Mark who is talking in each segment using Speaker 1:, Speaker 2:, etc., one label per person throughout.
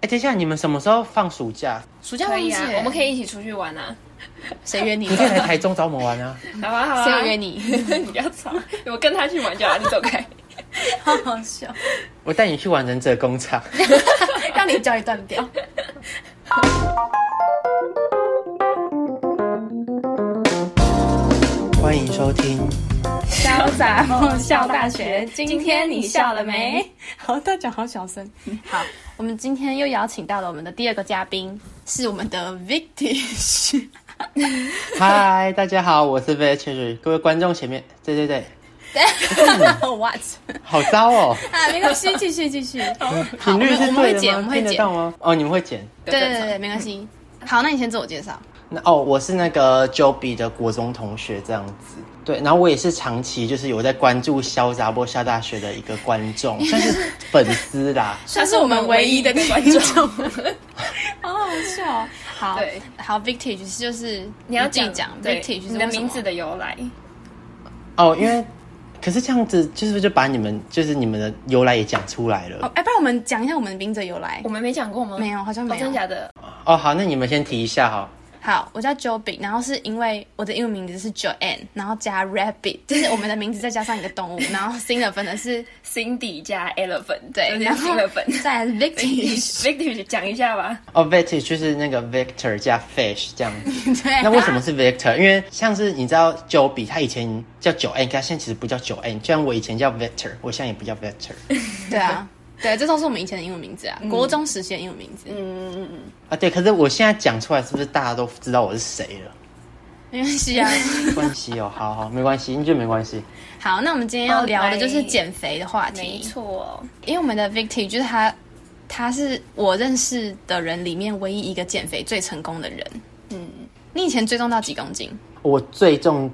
Speaker 1: 哎，等一下，你们什么时候放暑假？
Speaker 2: 暑假
Speaker 3: 可
Speaker 2: 放
Speaker 3: 以
Speaker 2: 假
Speaker 3: 啊，
Speaker 2: 我们可以一起出去玩啊！
Speaker 3: 谁约你？
Speaker 1: 你可以来台中找我们玩啊！
Speaker 2: 好啊，好啊，
Speaker 3: 谁约你？
Speaker 2: 你不要吵， 我跟他去玩就好，你走 开。
Speaker 3: 好 好笑，
Speaker 1: 我带你去玩忍者工厂。
Speaker 3: 让你脚也断掉。
Speaker 1: 欢迎收听，
Speaker 3: 潇洒梦
Speaker 2: 笑大学今天你笑了没？
Speaker 3: 好，大家好小声。好，我们今天又邀请到了我们的第二个嘉宾，是我们的 Victish。
Speaker 1: 嗨，大家好，我是 v i c h 各位观众前面，对对对，
Speaker 3: What？
Speaker 1: 好糟哦，
Speaker 3: 啊，没关系，继续继 续。
Speaker 1: 频率是
Speaker 3: 我们
Speaker 1: 对
Speaker 3: 会
Speaker 1: 的
Speaker 3: 剪，我
Speaker 1: 吗？
Speaker 3: 们
Speaker 1: 听
Speaker 3: 会
Speaker 1: 得
Speaker 3: 剪。
Speaker 1: 到吗？哦，你们会剪。
Speaker 3: 对对对，对，没关系。好，那你先自我介绍。
Speaker 1: 那哦，我是那个 Joby 的国中同学这样子，对，然后我也是长期就是有在关注潇洒波下大学的一个观众，算是粉丝啦。
Speaker 3: 他
Speaker 2: 他
Speaker 3: 是
Speaker 2: 是
Speaker 3: 我
Speaker 2: 我
Speaker 3: 们
Speaker 2: 们
Speaker 3: 唯
Speaker 2: 唯
Speaker 3: 一
Speaker 2: 一
Speaker 3: 的
Speaker 2: 的
Speaker 3: 观
Speaker 2: 观
Speaker 3: 众
Speaker 2: 众，
Speaker 3: 好好笑哦。好
Speaker 2: 对，
Speaker 3: 好，Victish 就是
Speaker 2: 你要
Speaker 3: 自己
Speaker 2: 讲
Speaker 3: 讲
Speaker 2: 对
Speaker 3: Victish 是
Speaker 2: 你的
Speaker 3: 为什
Speaker 2: 名
Speaker 3: 么
Speaker 2: 字的由来。
Speaker 1: 哦，因为可是这样子，就是不是就把你们就是你们的由来也讲出来了
Speaker 3: 哦，哎，不然我们讲一下我们的名字的由来
Speaker 2: 我。们没讲过吗？
Speaker 3: 没有好像没有
Speaker 2: 哦真的假的？
Speaker 1: 哦。好，那你们先提一下哈。
Speaker 3: 好，我叫 Joby，然后是因为我的英文名字是 Joanne，然后加 Rabbit，就是我们的名字再加上一个动物，然后 Singer 分的是
Speaker 2: Cindy 加 Elephant，
Speaker 3: 对，
Speaker 2: 就是
Speaker 3: 然后
Speaker 2: Elephant。
Speaker 3: 再来是 Victish，
Speaker 2: Victor 讲一下吧，
Speaker 1: 哦，Victor 就是那个 Victor 加 Fish 这样子。
Speaker 3: 对，啊
Speaker 1: 那为什么是 Victor？因为像是你知道 Joby，他以前叫九 N，他现在其实不叫九 N，就像我以前叫 Victor，我现在也不叫 Victor。
Speaker 3: 对啊，对，这都是我们以前的英文名字啊，国中时期的英文名字，
Speaker 1: 啊，对，可是我现在讲出来，是不是大家都知道我是谁了？
Speaker 3: 没关系啊。
Speaker 1: 没关系哦， 好好，没关系，你觉得没关系？
Speaker 3: 好，那我们今天要聊的就是减肥的话
Speaker 2: 没
Speaker 3: 题，
Speaker 2: 错，
Speaker 3: 因为我们的 Victish 就是他，他是我认识的人里面唯一一个减肥最成功的人。嗯，你以前追重到几公斤？
Speaker 1: 我最重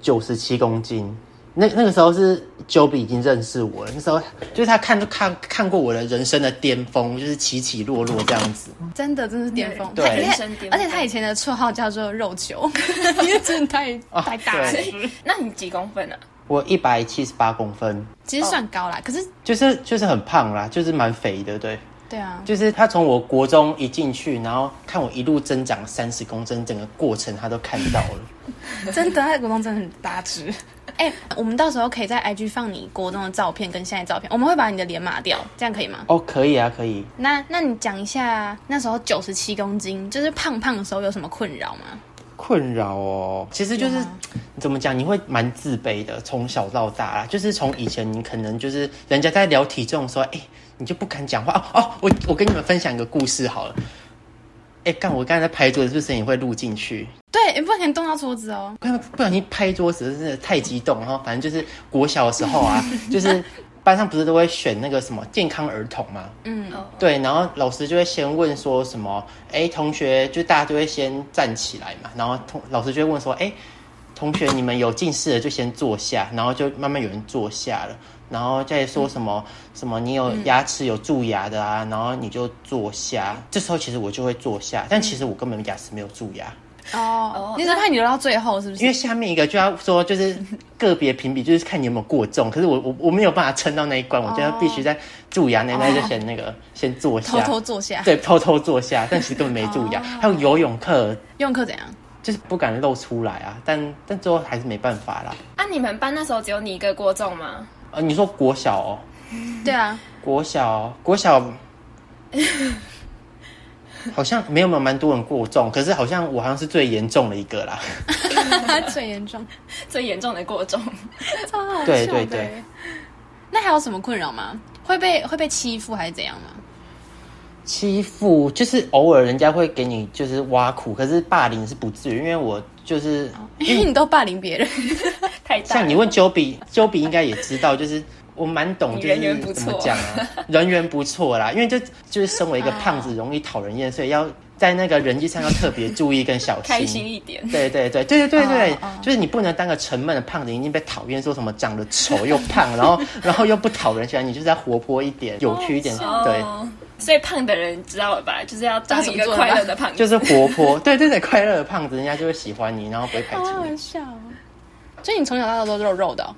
Speaker 1: 九十七公斤，那那个时候是 Joby 已经认识我了，那时候就是他看都看看过我的人生的巅峰，就是起起落落这样子。
Speaker 3: 真的，真的是巅峰。
Speaker 1: 对
Speaker 3: 他以
Speaker 1: 人
Speaker 2: 生巅峰
Speaker 3: 而且他以前的绰号叫做“肉 球”，因为真的太
Speaker 1: 哦
Speaker 3: 太大了，
Speaker 1: 对
Speaker 2: 那你几公分啊？
Speaker 1: 我一百七十八公分，
Speaker 3: 其实算高啦。可是，
Speaker 1: 就是就是很胖啦，就是蛮肥的，对。
Speaker 3: 对啊，
Speaker 1: 就是他从我国中一进去，然后看我一路增长三十公斤，整个过程他都看到 了。
Speaker 3: 真的，他的国中真的很大只。 哎、我们到时候可以在 IG 放你国中的照片跟现在照片，我们会把你的脸码掉，这样可以吗？
Speaker 1: 哦，可以啊，可以。
Speaker 3: 那那你讲一下那时候九十七公斤，就是胖胖的时候有什么困扰吗？
Speaker 1: 困扰哦，其实就是怎么讲，你会蛮自卑的，从小到大啦，就是从以前你可能就是人家在聊体重的时候，哎、你就不敢讲话哦哦，我我跟你们分享一个故事好了。哎、干！我刚才在拍桌子，是不是也会录进去？
Speaker 3: 对，你不可能动到桌子哦。
Speaker 1: 不然不小心拍桌子，真的太激动。然后反正就是国小的时候啊，就是班上不是都会选那个什么健康儿童嘛，
Speaker 3: 嗯，
Speaker 2: 哦
Speaker 1: 对，然后老师就会先问说什么，哎，同学，就大家就会先站起来嘛，然后同老师就会问说，哎，同学，你们有近视的就先坐下，然后就慢慢有人坐下了，然后再说什么、什么你有牙齿有蛀牙的啊，然后你就坐下。这时候其实我就会坐下，但其实我根本牙齿没有蛀牙，
Speaker 3: 哦
Speaker 2: 哦，
Speaker 3: 你是怕你留到最后是不
Speaker 1: 因为
Speaker 3: 是？
Speaker 1: 下面一个就要说就是个别评比，就是看你有没有过重。可是我我我没有办法撑到那一关，我就要必须在蛀牙那一关就先那个、先坐下，
Speaker 3: 哦偷偷哦坐下，
Speaker 1: 对，偷偷坐下，但其实根本没注意啊。还有游泳课，
Speaker 3: 用课怎样？
Speaker 1: 就是不敢露出来啊，但但最后还是没办法啦。
Speaker 2: 啊，你们班那时候只有你一个国中吗？
Speaker 1: 呃，你说国小哦，
Speaker 3: 对啊，
Speaker 1: 国小，国小，好像没有没有蛮多人过重，可是好像我好像是最严重的一个啦。
Speaker 3: 最严重。
Speaker 2: 最严重的国中，
Speaker 3: 超好笑的
Speaker 1: 对对对。
Speaker 3: 那还有什么困扰吗？会被会被欺负还是怎样吗？
Speaker 1: 欺负就是偶尔人家会给你就是挖苦，可是霸凌是不至于，因为我就是
Speaker 2: 哦
Speaker 3: 因为你都霸凌别人，
Speaker 2: 太大了。
Speaker 1: 像你问 Joby，Joby 应该也知道，就是我蛮懂，
Speaker 2: 你
Speaker 1: 就是
Speaker 2: 人缘不
Speaker 1: 怎么
Speaker 2: 错
Speaker 1: 讲啊，人缘不错啦。因为就就是身为一个胖子，容易讨人厌，所以要在那个人际上要特别注意跟小心。
Speaker 2: 开心一点，
Speaker 1: 对对对对对对对
Speaker 3: 哦哦
Speaker 1: 就是你不能当个沉闷的胖子，已经被讨厌说什么长得丑又胖，然后然后又不讨人喜欢，你就是要活泼一点、有趣一点，对，
Speaker 2: 哦，所以胖的人知道了吧？就是要当一个快乐的胖子。
Speaker 1: 就是活泼， 对对对，快乐的胖子，人家就会喜欢你，然后不会排
Speaker 3: 好
Speaker 1: 斥你。
Speaker 3: 好笑哦。所以你从小到大都肉肉的哦、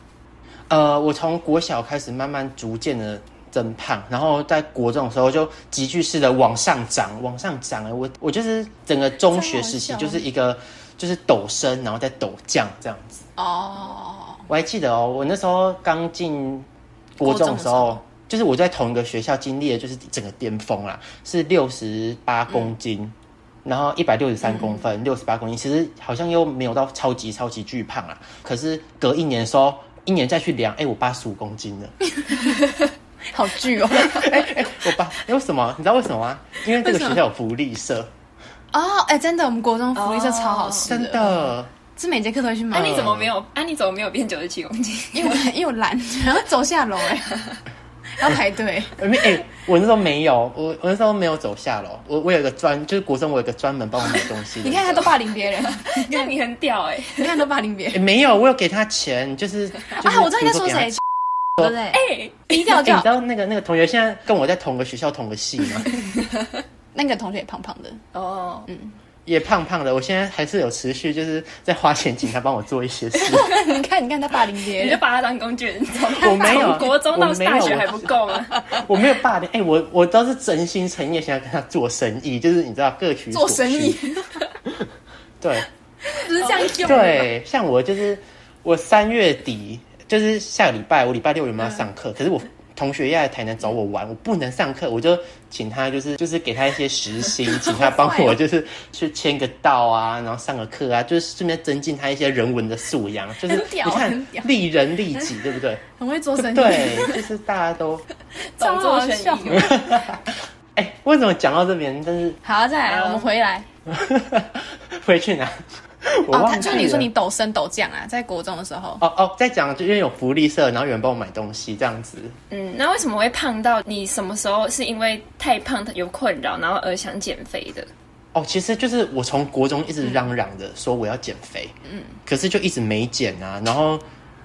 Speaker 1: 呃，我从国小开始慢慢逐渐的增胖，然后在国中的时候就急剧式的往上涨，往上涨。哎，我我就是整个中学时期
Speaker 3: 这么好笑
Speaker 1: 就是一个就是陡升，然后再陡降这样子。
Speaker 3: 哦，
Speaker 1: 我还记得哦，我那时候刚进国中的时
Speaker 3: 国中的时
Speaker 1: 候
Speaker 3: 候，
Speaker 1: 就是我在同一个学校经历的就是整个巅峰啦，是六十
Speaker 3: 嗯
Speaker 1: 八公斤，然后一百六十三公分，六十八公斤，其实好像又没有到超级超级巨胖啦。啊可是隔一年的时候，一年再去量，哎、我八十五公斤 了。哎
Speaker 3: 好巨哦！
Speaker 1: 我爸为什么？你知道为什么吗？因为这个学校有福利社，
Speaker 3: 哦，哎，真的，我们国中福利社超好吃
Speaker 1: 哦真
Speaker 3: 的，
Speaker 1: 的。
Speaker 3: 是每节课都会去买
Speaker 2: 那、。你怎么没有？啊，你怎么没有变九十七公 斤？
Speaker 3: 因为我因为我懒，然后走下楼哎、要排队。
Speaker 1: 哎、没哎，我那时候没有，我我那时候没有走下楼。我我有一个专，就是国中我有一个专门帮我买东西的。
Speaker 3: 你看他都霸凌别人，
Speaker 2: 那你很屌哎、
Speaker 3: 你看他都霸凌别人
Speaker 1: 哎、。没有，我有给他钱， 就是。就是、
Speaker 3: 啊，我知道你在说谁，对不对？
Speaker 2: 哎、
Speaker 3: 低调
Speaker 1: 哎你
Speaker 3: 调
Speaker 1: 知。道那个那个同学现在跟我在同个学校同个系 吗？
Speaker 3: 那个同学也胖胖的，
Speaker 2: 哦，
Speaker 1: 也胖胖的，我现在还是有持续就是在花钱请他帮我做一些事。
Speaker 3: 你看，你看他霸凌别
Speaker 2: 你就
Speaker 3: 人，
Speaker 2: 把他当工具人走。
Speaker 1: 我没有
Speaker 2: 从国中到
Speaker 1: 我没有
Speaker 2: 大学
Speaker 1: 我
Speaker 2: 还不够啊 吗？
Speaker 1: 我没有霸凌，哎、我我都是真心诚意地想要跟他做生意，就是你知道各取所
Speaker 3: 做
Speaker 1: 需。
Speaker 3: 生意，
Speaker 1: 对。
Speaker 3: 不是这样用。，
Speaker 1: 对，像我就是我三月底就是下个礼拜，我礼拜六有没有上
Speaker 3: 嗯
Speaker 1: 课？可是我同学要来台南找我玩，我不能上课，我就请他就是就是给他一些时 薪，请他帮
Speaker 3: 哦
Speaker 1: 我就是去签个到啊，然后上个课啊，就是顺便增进他一些人文的素 养。就是
Speaker 3: 很屌
Speaker 1: 你
Speaker 3: 很
Speaker 1: 看
Speaker 3: 屌
Speaker 1: 利人利己，对 不对？
Speaker 3: 很会做生意，
Speaker 1: 对，就是大家都
Speaker 3: 超
Speaker 2: 总
Speaker 3: 好
Speaker 2: 做
Speaker 3: 笑
Speaker 2: 生意。
Speaker 1: 哎、为什么讲到这边？但是
Speaker 3: 好，再来，
Speaker 2: 好
Speaker 3: 我们回来。
Speaker 1: 回去哪？我
Speaker 3: 哦，
Speaker 1: 忘
Speaker 3: 他
Speaker 1: 记
Speaker 3: 就
Speaker 1: 了。
Speaker 3: 是你说你陡升陡降啊，在国中的时候，
Speaker 1: 哦哦，在讲就因为有福利社，然后有人帮我买东西这样子。
Speaker 2: 嗯，那为什么会胖到你什么时候是因为太胖有困扰，然后而想减肥的？
Speaker 1: 哦，其实就是我从国中一直嚷嚷的说我要减肥，嗯，可是就一直没减啊，然后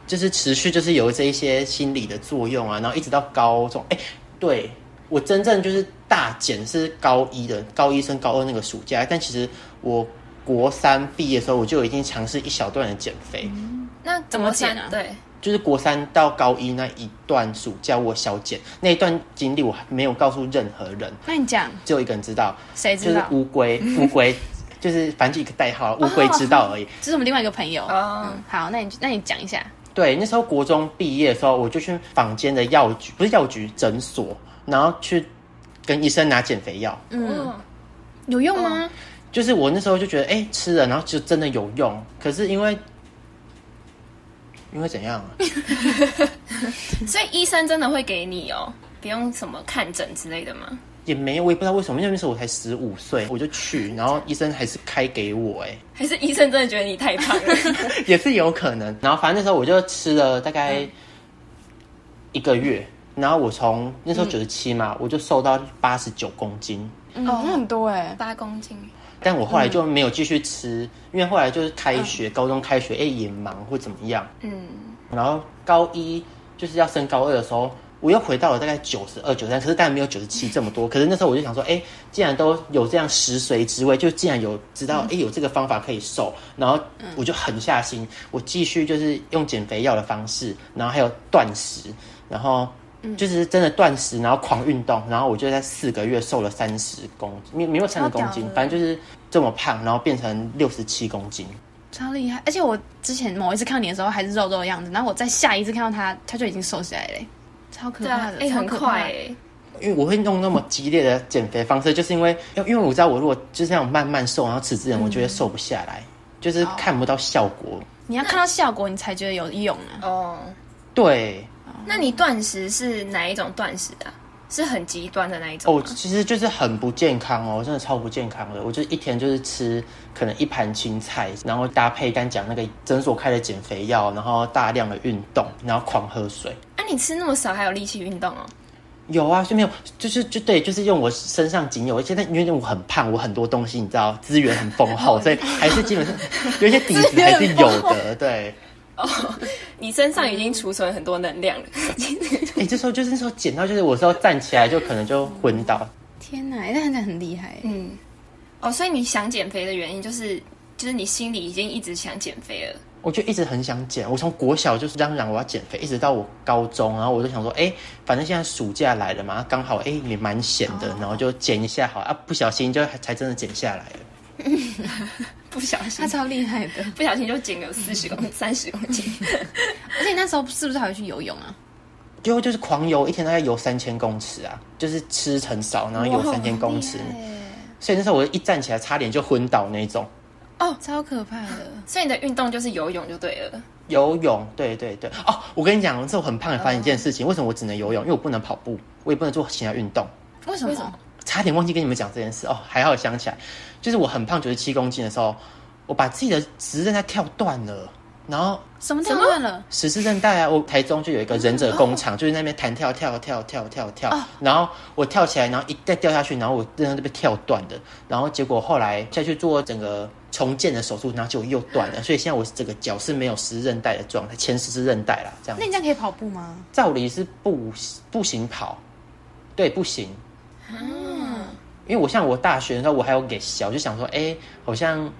Speaker 1: 就是持续就是有这一些心理的作用啊，然后一直到高中，哎，对我真正就是大减是高一的高一升高二那个暑假，但其实我国三毕业的时候我就已经尝试一小段的减肥，
Speaker 2: 那
Speaker 3: 怎么减啊
Speaker 2: 对，
Speaker 1: 就是国三到高一那一段暑假我小减那一段经历我还没有告诉任何人，
Speaker 3: 那你讲
Speaker 1: 只有一个人知道，
Speaker 3: 谁
Speaker 1: 就
Speaker 3: 知
Speaker 1: 是
Speaker 3: 道？
Speaker 1: 乌龟，乌龟就是反正就一个代号，啊 乌龟知道而已。
Speaker 3: 这是我们另外一个朋友。
Speaker 2: 哦
Speaker 3: 嗯，好，那你那你讲一下，
Speaker 1: 对，那时候国中毕业的时候，我就去坊间的药局，不是药局诊所，然后去跟医生拿减肥药。
Speaker 3: 嗯，
Speaker 2: 嗯，
Speaker 3: 有用吗？
Speaker 1: 就是我那时候就觉得，哎、吃了然后就真的有用，可是因为。因为怎样啊？
Speaker 2: 所以医生真的会给你哦，不用什么看诊之类的吗？
Speaker 1: 也没有，我也不知道为什么，因为那时候我才十五岁，我就去，然后医生还是开给我、哎，
Speaker 2: 还是医生真的觉得你太胖了？
Speaker 1: 也是有可能。然后反正那时候我就吃了大概一个月，然后我从那时候九十七嘛，我就瘦到八十九公斤。
Speaker 3: 嗯，那很多哎，
Speaker 2: 八公斤，
Speaker 1: 但我后来就没有继续吃，因为后来就是开学，高中开学，哎、也忙或怎么样。
Speaker 2: 嗯，
Speaker 1: 然后高一就是要升高二的时候，我又回到了大概九十二、九三，可是当然没有九十七这么多。可是那时候我就想说，哎、既然都有这样食髓知味，就既然有知道，哎、有这个方法可以瘦，然后我就狠下心，我继续就是用减肥药的方式，然后还有断食，然后。就是真的断食，然后狂运动，然后我就在四个月瘦了三十公斤，没没有三十公
Speaker 3: 超屌
Speaker 1: 斤
Speaker 3: 的，
Speaker 1: 反正就是这么胖，然后变成六十七公斤。
Speaker 3: 超厉害！而且我之前某一次看到你的时候还是肉肉的样子，然后我在下一次看到他，他就已经瘦下来嘞，超可
Speaker 2: 对
Speaker 3: 怕
Speaker 2: 啊，
Speaker 3: 的，
Speaker 2: 哎，
Speaker 3: 超
Speaker 2: 很
Speaker 3: 可怕
Speaker 2: 快哎，
Speaker 1: 因为我会弄那么激烈的减肥方式，就是因为因为因为我知道我如果就这样慢慢瘦，然后持之以恒，我就会瘦不下来，就是看不到效果。
Speaker 3: 你要看到效果，你才觉得有用啊。
Speaker 2: 哦，
Speaker 1: 对，
Speaker 2: 那你断食是哪一种断食啊？是很极端的那一种
Speaker 1: 哦，
Speaker 2: 吗？
Speaker 1: 其实就是很不健康哦，真的超不健康的。我就一天就是吃可能一盘青菜，然后搭配刚讲那个诊所开的减肥药，然后大量的运动，然后狂喝水。
Speaker 2: 啊，你吃那么少还有力气运动哦？
Speaker 1: 有啊，就没有，就是就对，就是用我身上仅有，现在因为我很胖，我很多东西你知道资源很丰厚，所以还是基本上有一些底子还是有的，对。
Speaker 2: 你身上已经储存很多能量了，
Speaker 1: 哎、这时候就是那时候捡到，就是我时候站起来就可能就昏倒。
Speaker 3: 欸天哪，那真的很厉害。
Speaker 2: 嗯，哦，所以你想减肥的原因就是就是你心里已经一直想减肥了？
Speaker 1: 我就一直很想减，我从国小就是嚷嚷我要减肥，一直到我高中，然后我就想说，哎、反正现在暑假来了嘛，刚好哎、也蛮闲的，
Speaker 2: 哦
Speaker 1: 然后就减一下好了啊，不小心就才真的减下来了。
Speaker 2: 不小
Speaker 3: 他
Speaker 2: 心，
Speaker 3: 超厉害 的。
Speaker 2: 不小心就减个四十 公三十公斤。
Speaker 3: 而且你那时候是不是还会去游泳啊？
Speaker 1: 最后就是狂游，一天大概游三千公尺啊，就是吃很少，然后游
Speaker 2: 哇
Speaker 1: 三千公尺
Speaker 2: 很，厉害
Speaker 3: 欸
Speaker 2: 耶
Speaker 1: 所以那时候我一站起来差点就昏倒那种。
Speaker 3: 超可怕的。
Speaker 2: 所以你的运动就是游泳就对了。
Speaker 1: 游泳，对对对，哦，我跟你讲，这我很胖的发现一件事情，为什么我只能游泳？因为我不能跑步，我也不能做其他运动。
Speaker 3: 为什么？
Speaker 2: 为什么
Speaker 1: 差点忘记跟你们讲这件事哦，还好想起来，就是我很胖，九十七公斤的时候，我把自己的十字韧带跳断了，然后
Speaker 3: 什么跳断了？
Speaker 1: 十字韧带啊，我台中就有一个忍者工厂，就是那边弹跳跳跳跳跳跳，然后我跳起来，然后一再掉下去，然后我韧带就被跳断的，然后结果后来再去做整个重建的手术，然后结果又断了，所以现在我整个脚是没有十字韧带的状态，前十字韧带啦，这样
Speaker 3: 那你这样可以跑步吗？
Speaker 1: 照理是不不行跑，对，不行。因为我像我大学的时候，我还有给小，就想说，哎、好像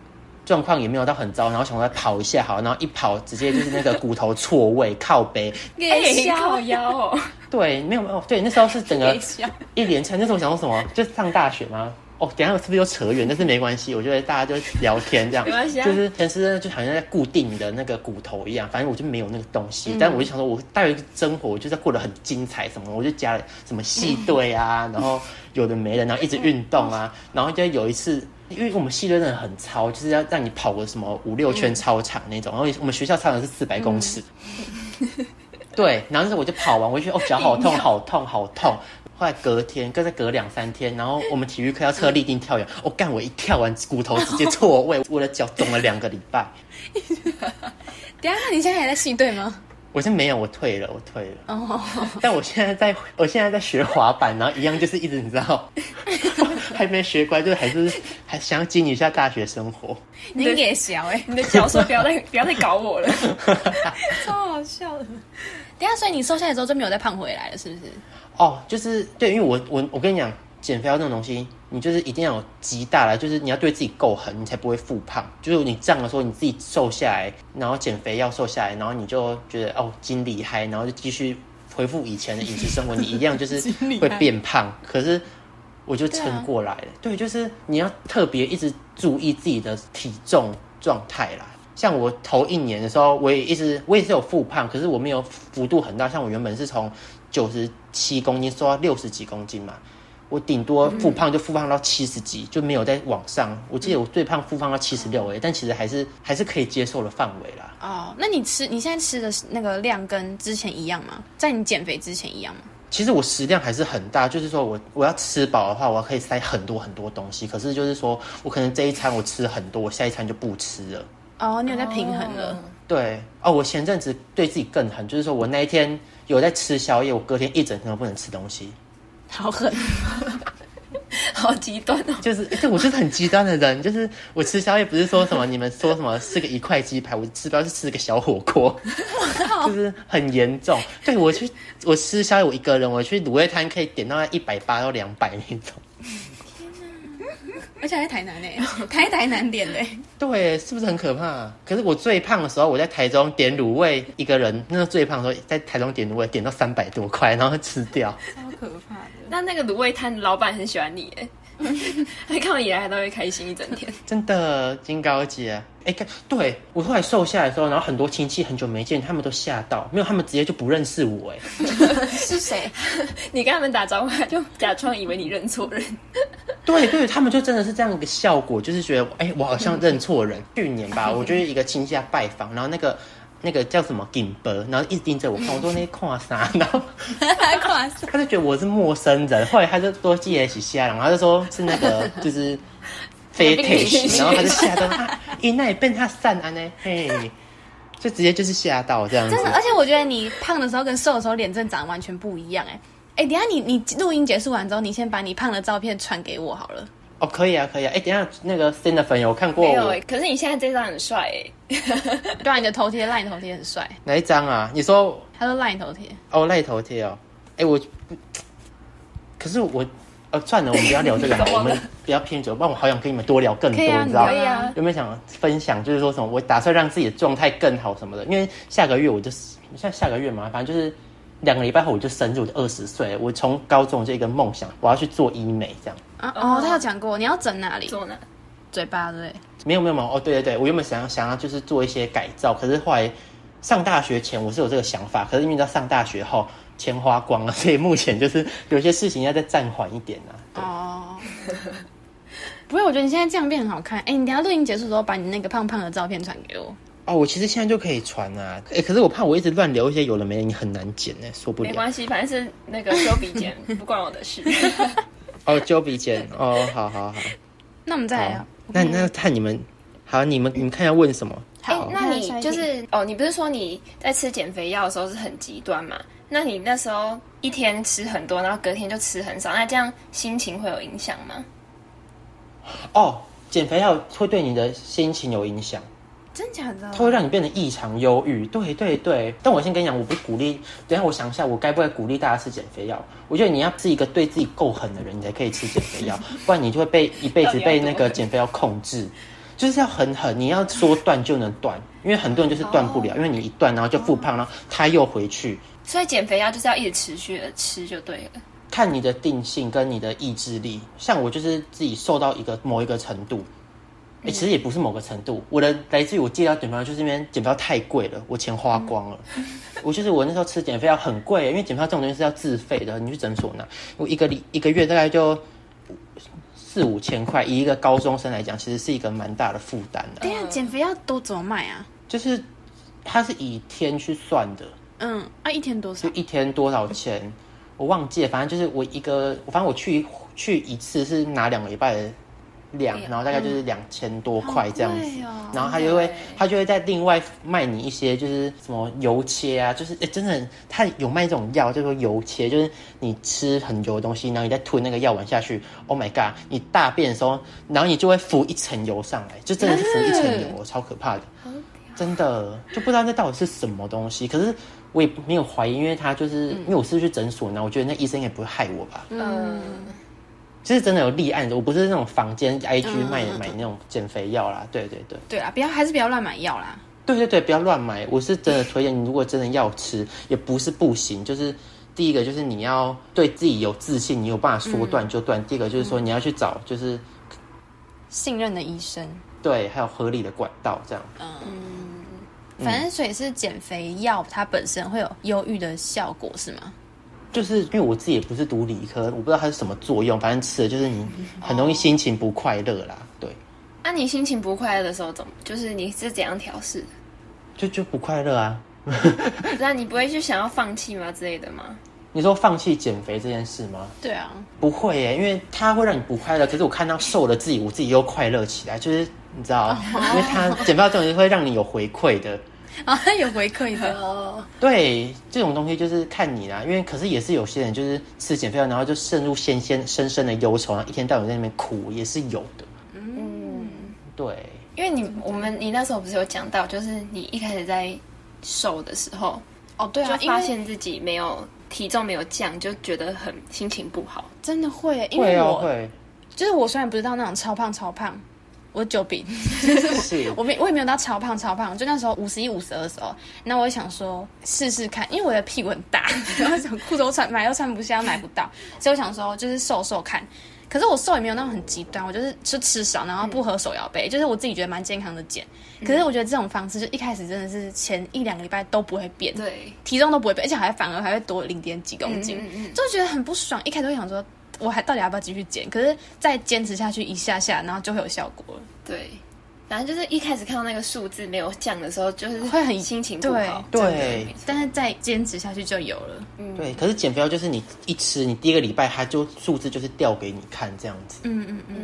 Speaker 1: 状况也没有到很糟，然后想说跑一下好，然后一跑直接就是那个骨头错位靠背，
Speaker 2: 哎靠腰哦，
Speaker 1: 对，没有没有，对，那时候是整个
Speaker 3: 给笑
Speaker 1: 一连串，那时候我想说什么，就是上大学吗？哦，等一下我是不是又扯远？但是没关系，我觉得大家就聊天这样，
Speaker 2: 没关系啊
Speaker 1: 就是前世呢就好像在固定你的那个骨头一样，反正我就没有那个东西，
Speaker 2: 嗯
Speaker 1: 但我就想说，我大学生活就是过得很精彩什么的，我就加了什么系队 啊，然后有的没的，然后一直运动啊，然后就有一次。因为我们系队真的很超，就是要让你跑个什么五六圈
Speaker 2: 嗯
Speaker 1: 操场那种，然后我们学校操场是四百公尺，对，然后那时候我就跑完回去，哦，脚好痛，好痛，好痛。后来隔天，跟再隔两三天，然后我们体育课要测立定跳远，我、哦、干，我一跳完骨头直接错位，我的脚肿了两个礼拜。
Speaker 3: 等一下，那你现在还在系队吗？
Speaker 1: 我是没有，我退了，我退了。
Speaker 3: 哦，
Speaker 1: 但我现在在，我现在在学滑板，然后一样就是一直你知道， 还没学乖，就是还是还想要经营一下大学生活。
Speaker 3: 你
Speaker 2: 对
Speaker 3: 给小哎、
Speaker 2: 你的脚说不要再不要再搞我 了。
Speaker 3: 超好笑的。等一下，所以你瘦下来之后就没有再胖回来了，是不是？
Speaker 1: 哦，就是对，因为我我我跟你讲，减肥药这种东西，你就是一定要有极大的，就是你要对自己够狠，你才不会复胖。就是你这样的时候，你自己瘦下来，然后减肥药瘦下来，然后你就觉得哦，筋厉害，然后就继续恢复以前的饮食生活，你一样就是会变胖。可是我就撑过来了。对，就是你要特别一直注意自己的体重状态啦。像我头一年的时候，我也一直我也是有复胖，可是我没有幅度很大。像我原本是从九十七公斤瘦到六十几公斤嘛，我顶多复胖就复胖到七十几，就没有再往上。我记得我最胖复胖到七十六哎，但其实还是还是可以接受的范围啦。
Speaker 3: 哦，那你吃你现在吃的那个量跟之前一样吗？在你减肥之前一样吗？
Speaker 1: 其实我食量还是很大，就是说我我要吃饱的话，我可以塞很多很多东西。可是就是说我可能这一餐我吃很多，我下一餐就不吃了。
Speaker 3: 哦，你有在平衡了。
Speaker 1: 对哦，我前阵子对自己更狠，就是说我那一天有在吃宵夜，我隔天一整天都不能吃东西。
Speaker 3: 好狠！
Speaker 2: 好极端哦。
Speaker 1: 就是，对我就是很极端的人，就是我吃宵夜不是说什么你们说什么吃个一块鸡排，我吃不到是吃个小火锅，就是很严重。对我去我吃宵夜，我一个人我去卤味摊可以点到一百八到两百那种。
Speaker 3: 而且还在台南呢、 台台南欸点的、
Speaker 1: 对，是不是很可怕？可是我最胖的时候，我在台中点卤味，一个人那个最胖的时候，在台中点卤味点到三百多块，然后吃掉。
Speaker 3: 超可怕的。
Speaker 2: 那那个卤味摊老板很喜欢你 耶，他看到你来他都会开心一整天。
Speaker 1: 真的金高姐，哎、看，对我后来瘦下来的时候，然后很多亲戚很久没见，他们都吓到，没有，他们直接就不认识我，哎，
Speaker 3: 是 谁？
Speaker 2: 你跟他们打招呼，他就假装以为你认错人。
Speaker 1: 对对，他们就真的是这样一个效果，就是觉得，哎、我好像认错人。去年吧，我就是一个亲戚家拜访，然后那个那个叫什么景伯，然后一直盯着我看，我说那看啥，然后
Speaker 3: 夸张！
Speaker 1: 他就觉得我是陌生人，后来他就多记了一起下，然后他就说是那个就是非
Speaker 2: Fetish
Speaker 1: 然后他就吓到他，一那也变他散安呢，嘿，就直接就是吓到这样子
Speaker 3: 真。的，而且我觉得你胖的时候跟瘦的时候脸真的长得完全不一样哎、哎、等一下你你录音结束完之后，你先把你胖的照片传给我好了。
Speaker 1: 哦，可以啊，可以啊。哎，等一下那个新的粉友看过
Speaker 2: 没有欸
Speaker 1: 我
Speaker 2: 耶，可是你现在这张很帅哎。
Speaker 3: 对啊，你的头贴，赖你头贴很帅。
Speaker 1: 哪一张啊？你说
Speaker 3: 他说赖你头贴，
Speaker 1: 哦，赖头贴哦。哎，我，可是我，哦，呃，算了，我们不要聊这个 好了，
Speaker 2: 怎么
Speaker 1: 我
Speaker 2: 了
Speaker 1: 们不要偏久，不然我好想跟你们多聊更多，
Speaker 3: 可以啊
Speaker 1: 你知道
Speaker 3: 你
Speaker 1: 吗
Speaker 3: 聊？
Speaker 1: 有没有想分享，就是说什么我打算让自己的状态更好什么的？因为下个月我就是像下个月嘛，反正就是两个礼拜后我就生日，我就二十岁了。我从高中就一个梦想，我要去做医美这样。
Speaker 3: 啊哦，他有讲过，你要整哪里？
Speaker 2: 做呢？
Speaker 3: 嘴巴对不对？
Speaker 1: 没有没有没有哦，对对对，我原本想要想要就是做一些改造，可是后来上大学前我是有这个想法，可是因为到上大学后钱花光了， 所以目前就是有些事情要再暂缓一点啊。对
Speaker 3: 哦， 不会，我觉得你现在这样变很好看。哎，你等一下录音结束之后，把你那个胖胖的照片传给我。
Speaker 1: 哦，我其实现在就可以传啊，哎，可是我怕我一直乱留一些有的没的，你很难剪呢、受不
Speaker 2: 没
Speaker 1: 了。
Speaker 2: 关系，反正是那个修鼻剪，不关我的 事。
Speaker 1: 哦，揪笔剪，哦，好好 好，
Speaker 3: 那我们再来
Speaker 1: 好，那那看你们，好，你们你们看要问什么？
Speaker 2: 哎、
Speaker 3: 好，
Speaker 2: 那你
Speaker 3: 下一
Speaker 2: 就
Speaker 3: 题
Speaker 2: 是哦，你不是说你在吃减肥药的时候是很极端嘛？那你那时候一天吃很多，然后隔天就吃很少，那这样心情会有影响吗？
Speaker 1: 哦，减肥药会对你的心情有影响。
Speaker 3: 真假的？
Speaker 1: 它会让你变得异常忧郁。对对对，但我先跟你讲，我不鼓励。等一下我想一下，我该不该鼓励大家吃减肥药？我觉得你要是一个对自己够狠的人，你才可以吃减肥药，不然你就会被一辈子被那个减肥药控制。就是要狠狠，你要说断就能断，因为很多人就是断不了，因为你一断然后就复胖，然后他又回去。
Speaker 2: 所以减肥药就是要一直持续的吃就对了。
Speaker 1: 看你的定性跟你的意志力。像我就是自己瘦到一个某一个程度，哎、其实也不是某个程度，我的来自于我戒掉减肥药，就是因为减肥药太贵了，我钱花光了。我就是我那时候吃减肥药很贵，因为减肥药这种东西是要自费的，你去诊所拿，我一个礼一个月大概就。四五千块，以一个高中生来讲，其实是一个蛮大的负担的。
Speaker 3: 等一下减肥要多怎么卖啊？
Speaker 1: 就是它是以天去算的，
Speaker 3: 嗯，啊，一天多少
Speaker 1: 就？一天多少钱，我忘记了，反正就是我一个，反正我去去一次是拿两个礼拜的量，然后大概就是两千多块这样
Speaker 3: 嗯好
Speaker 1: 子，
Speaker 3: 贵哦
Speaker 1: 然后他就会
Speaker 2: 对
Speaker 1: 他就会再另外卖你一些就是什么油切啊，就是哎、诶真的他有卖这种药叫做油切，就是你吃很油的东西，然后你再吞那个药丸下去，Oh my god，你大便的时候，然后你就会浮一层油上来，就真的是浮一层 油，超可怕的。
Speaker 2: 嗯
Speaker 1: 真的就不知道那到底是什么东西，可是我也没有怀疑，因为他就是、
Speaker 3: 嗯
Speaker 1: 因为我是去诊所呢，我觉得那医生也不会害我吧。
Speaker 2: 嗯，
Speaker 1: 就是真的有立案的，我不是那种房间 IG
Speaker 3: 嗯嗯
Speaker 1: 卖、
Speaker 3: 嗯
Speaker 1: 买那种减肥药啦，对对对，
Speaker 3: 对啊，不要还是不要乱买药啦。
Speaker 1: 对对对，不要乱买，我是真的推荐你，如果真的要吃，也不是不行，就是第一个就是你要对自己有自信，你有办法
Speaker 3: 嗯
Speaker 1: 说断就断；第二个就是说你要去找就是
Speaker 3: 信任的医生，
Speaker 1: 对，还有合理的管道这样。
Speaker 3: 反正所以是减肥药，它本身会有忧郁的效果是吗？
Speaker 1: 就是因为我自己也不是读理科，我不知道它是什么作用，反正吃了就是你很容易心情不快乐啦，对，
Speaker 2: 那、你心情不快乐的时候怎么？就是你是怎样调试的？
Speaker 1: 就就不快乐啊。
Speaker 2: 那你不会就想要放弃吗之类的吗？
Speaker 1: 你说放弃减肥这件事吗？
Speaker 3: 对啊，
Speaker 1: 不会耶，因为它会让你不快乐。可是我看到瘦了自己，我自己又快乐起来，就是你知
Speaker 3: 哦
Speaker 1: 道，因为 它减肥药这种东西会让你有回馈的。
Speaker 3: 啊，有回馈的，
Speaker 2: 哦，
Speaker 1: 对，这种东西就是看你啦，因为可是也是有些人就是吃减肥药，然后就陷入深深深深的忧愁，然后一天到晚在那边哭，也是有的。
Speaker 2: 嗯，
Speaker 1: 对，
Speaker 2: 因为你我们你那时候不是有讲到，就是你一开始在瘦的时候，
Speaker 3: 哦，对啊，
Speaker 2: 就发现自己没有体重没有降，就觉得很心情不好。
Speaker 3: 真的会，因
Speaker 1: 会
Speaker 3: 为
Speaker 1: 哦
Speaker 3: 我、
Speaker 1: 会，
Speaker 3: 就是我虽然不是到那种超胖超胖，我九饼，
Speaker 2: 嗯
Speaker 1: 是
Speaker 3: 我没我也没有到超胖超胖，就那时候五十一五十二的时候，那我也想说试试看，因为我的屁股很大， 然后想裤子都穿买都穿不下，买不到，所以我想说就是瘦瘦看。可是我瘦也没有那种很极端，我就是就吃少，然后
Speaker 2: 嗯
Speaker 3: 不喝手摇杯，就是我自己觉得蛮健康的减。可是我觉得这种方式，就一开始真的是前一两个礼拜都不会变，
Speaker 2: 对，
Speaker 3: 体重都不会变，而且还反而还会多零点几公斤，
Speaker 2: 嗯嗯嗯
Speaker 3: 就觉得很不爽。一开始会想说，我还到底要不要继续减？可是再坚持下去一下下，然后就会有效果了。
Speaker 2: 对，反正就是一开始看到那个数字没有降的时候，就是
Speaker 3: 会很
Speaker 2: 心情不好。
Speaker 1: 对
Speaker 2: 真的嗯
Speaker 1: 对
Speaker 2: 没错
Speaker 3: 但是再坚持下去就有了。
Speaker 1: 对，可是减肥药就是你一吃，你第一个礼拜它就数字就是掉给你看这样子，
Speaker 3: 嗯嗯嗯，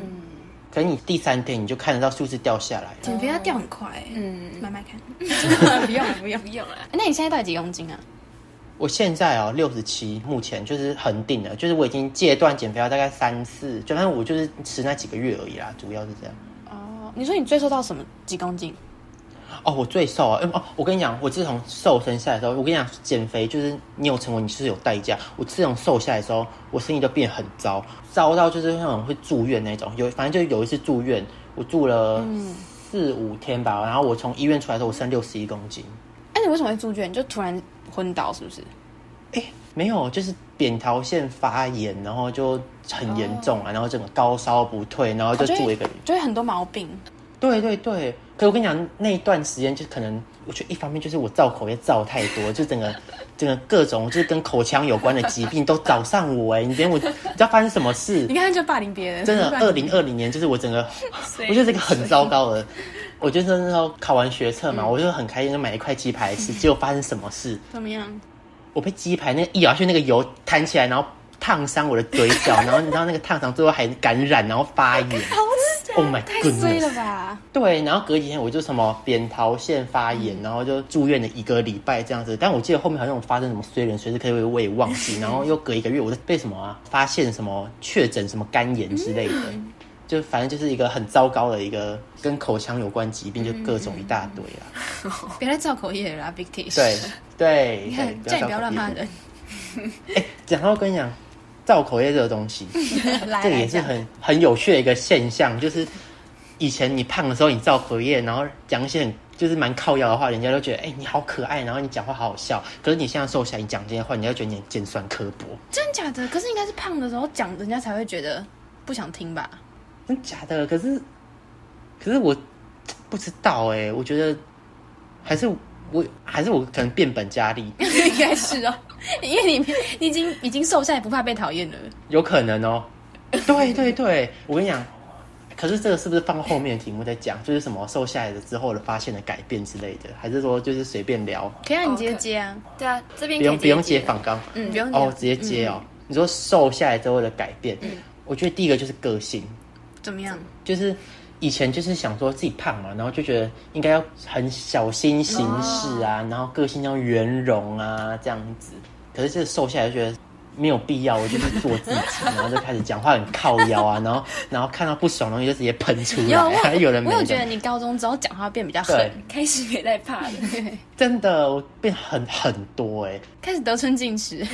Speaker 1: 可是你第三天你就看得到数字掉下来。
Speaker 3: 减肥要掉很快、
Speaker 2: 嗯，
Speaker 3: 慢慢 看。不用不用
Speaker 1: 嗯
Speaker 2: 不。用啦，
Speaker 3: 那你现在到底几公斤啊？
Speaker 1: 我现在哦六十七，目前就是恒定了，就是我已经戒断减肥药大概三次，就反正我就是吃那几个月而已啦，主要是这样。
Speaker 3: 哦，你说你最瘦到什么几公斤？
Speaker 1: 哦，我最瘦啊！哎、哦，我跟你讲，我自从瘦身下来之后，我跟你讲，减肥就是你有成果，你是有代价。我自从瘦下来之后，我身体都变很糟，糟到就是那种会住院那种。有反正就有一次住院，我住了四五天吧。然后我从医院出来的时候，我剩六十一公斤。
Speaker 3: 哎，你为什么会住院？你就突然昏倒是不是？
Speaker 1: 哎、没有，就是扁桃腺发炎，然后就很严重啊，然后整个高烧不退，然后就
Speaker 3: 我觉
Speaker 1: 住
Speaker 3: 得
Speaker 1: 一个礼
Speaker 3: 就会很多毛病。
Speaker 1: 对对对，可我跟你讲，那一段时间就可能，我觉得一方面就是我造口业造太多，就整个 整个各种就是跟口腔有关的疾病都找上我哎、你连我你知道发生什么事
Speaker 3: 你？看就霸凌别人，
Speaker 1: 真的，
Speaker 3: 霸凌
Speaker 1: 二零二零年就是我整个，
Speaker 2: 所以
Speaker 1: 我觉得这个很糟糕的。我就是那时候考完学测嘛，我就很开心，就买一块鸡排吃。结果发生什么事？
Speaker 3: 怎么样？
Speaker 1: 我被鸡排那个一咬下去，那个油弹起来，然后烫伤我的嘴角，然后 你知道那个烫伤最后还感染，然后发炎。Oh my
Speaker 3: 太
Speaker 1: goodness！
Speaker 3: 衰了吧！
Speaker 1: 对，然后隔几天我就什么扁桃腺发炎，
Speaker 3: 嗯
Speaker 1: 然后就住院了一个礼拜这样子。但我记得后面好像有发生什么衰人衰事，可以我也忘记。
Speaker 3: 嗯
Speaker 1: 然后又隔一个月，我就被什么啊发现什么确诊什么肝炎之类的，
Speaker 3: 嗯
Speaker 1: 就反正就是一个很糟糕的一个跟口腔有关疾病，就各种一大堆
Speaker 3: 嗯
Speaker 1: 啦。
Speaker 3: 别再造口业了啦，Big T。
Speaker 1: 对，对，
Speaker 3: 你
Speaker 1: 对
Speaker 3: 看，叫你不要乱
Speaker 1: 造
Speaker 3: 骂
Speaker 1: 口业
Speaker 3: 人。
Speaker 1: 讲到跟你讲，造口业这个东西，
Speaker 3: 来，
Speaker 1: 这个
Speaker 3: 来
Speaker 1: 也是
Speaker 3: 讲
Speaker 1: 很很有趣的一个现象，就是以前你胖的时候，你造口业，然后讲一些很就是蛮靠腰的话，人家都觉得哎、你好可爱，然后你讲话好好笑。可是你现在瘦下来，你讲这些话，人家就觉得你很尖酸刻薄，
Speaker 3: 真假的？可是应该是胖的时候讲，人家才会觉得不想听吧？
Speaker 1: 真假的？可是可是我不知道哎、我觉得还是我还是我可能变本加厉，
Speaker 3: 应该是哦，因为你你已经已经瘦下来，不怕被讨厌了。
Speaker 1: 有可能哦。对对对，我跟你讲。可是这个是不是放后面的题目再讲？就是什么瘦下来的之后的发现的改变之类的，还是说就是随便聊？
Speaker 3: 可以让你直接
Speaker 2: OK
Speaker 3: 接啊，
Speaker 2: 对啊，这边
Speaker 1: 不用
Speaker 2: 可
Speaker 1: 不
Speaker 2: 以
Speaker 1: 用
Speaker 2: 直接
Speaker 1: 接访纲
Speaker 3: 嗯，不用
Speaker 1: 哦哦，直接接
Speaker 3: 嗯
Speaker 1: 哦。你说瘦下来之后的改变，我觉得第一个就是个性，
Speaker 3: 怎么样？
Speaker 1: 就是以前就是想说自己胖嘛，然后就觉得应该要很小心行事
Speaker 3: 哦
Speaker 1: 啊，然后个性要圆融啊这样子。可是这瘦下来就觉得。没有必要，我就是做自 己，然后就开始讲话很靠腰啊，然后然后看到不爽的东西就直接喷出来、
Speaker 3: 有我
Speaker 1: 啊， 有人没
Speaker 3: 我有
Speaker 1: 有
Speaker 3: 觉得你高中之后讲话变比较狠
Speaker 1: 对，，
Speaker 2: 开始没在怕了，
Speaker 1: 真的我变很很多哎、
Speaker 3: 开始得寸进 尺，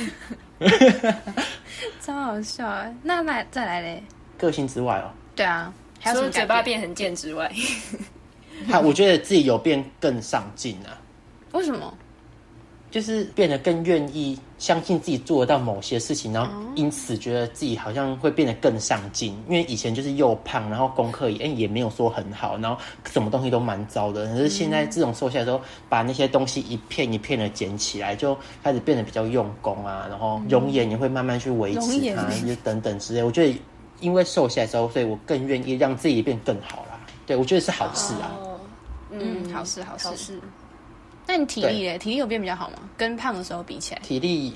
Speaker 3: 超好笑啊！那来再来嘞？
Speaker 1: 个性之外哦，
Speaker 3: 对啊， 还有
Speaker 2: 除
Speaker 3: 什
Speaker 2: 了
Speaker 3: 么
Speaker 2: 嘴
Speaker 3: 改
Speaker 2: 巴变
Speaker 3: 变？
Speaker 2: 很贱之外，
Speaker 1: 还我觉得自己有变更上进啊，
Speaker 3: 为什么？
Speaker 1: 就是变得更愿意相信自己做得到某些事情，然后嗯因此觉得自己好像会变得更上进。因为以前就是又胖，然后功课也、哎也没有说很好，然后什么东西都蛮糟的。可是现在自从瘦下来之后，把那些东西一片一片的捡起来，就开始变得比较用功啊，然后容颜也会慢慢去维
Speaker 3: 容
Speaker 1: 持
Speaker 3: 颜
Speaker 1: 它，就等等之类。我觉得因为瘦下来之后，所以我更愿意让自己变更好啦。对，我觉得是好事啊。
Speaker 2: 哦，
Speaker 3: 嗯好事好事
Speaker 2: 好事，
Speaker 3: 那你体力嘞？体力有变比较好吗？跟胖的时候比起来，
Speaker 1: 体力，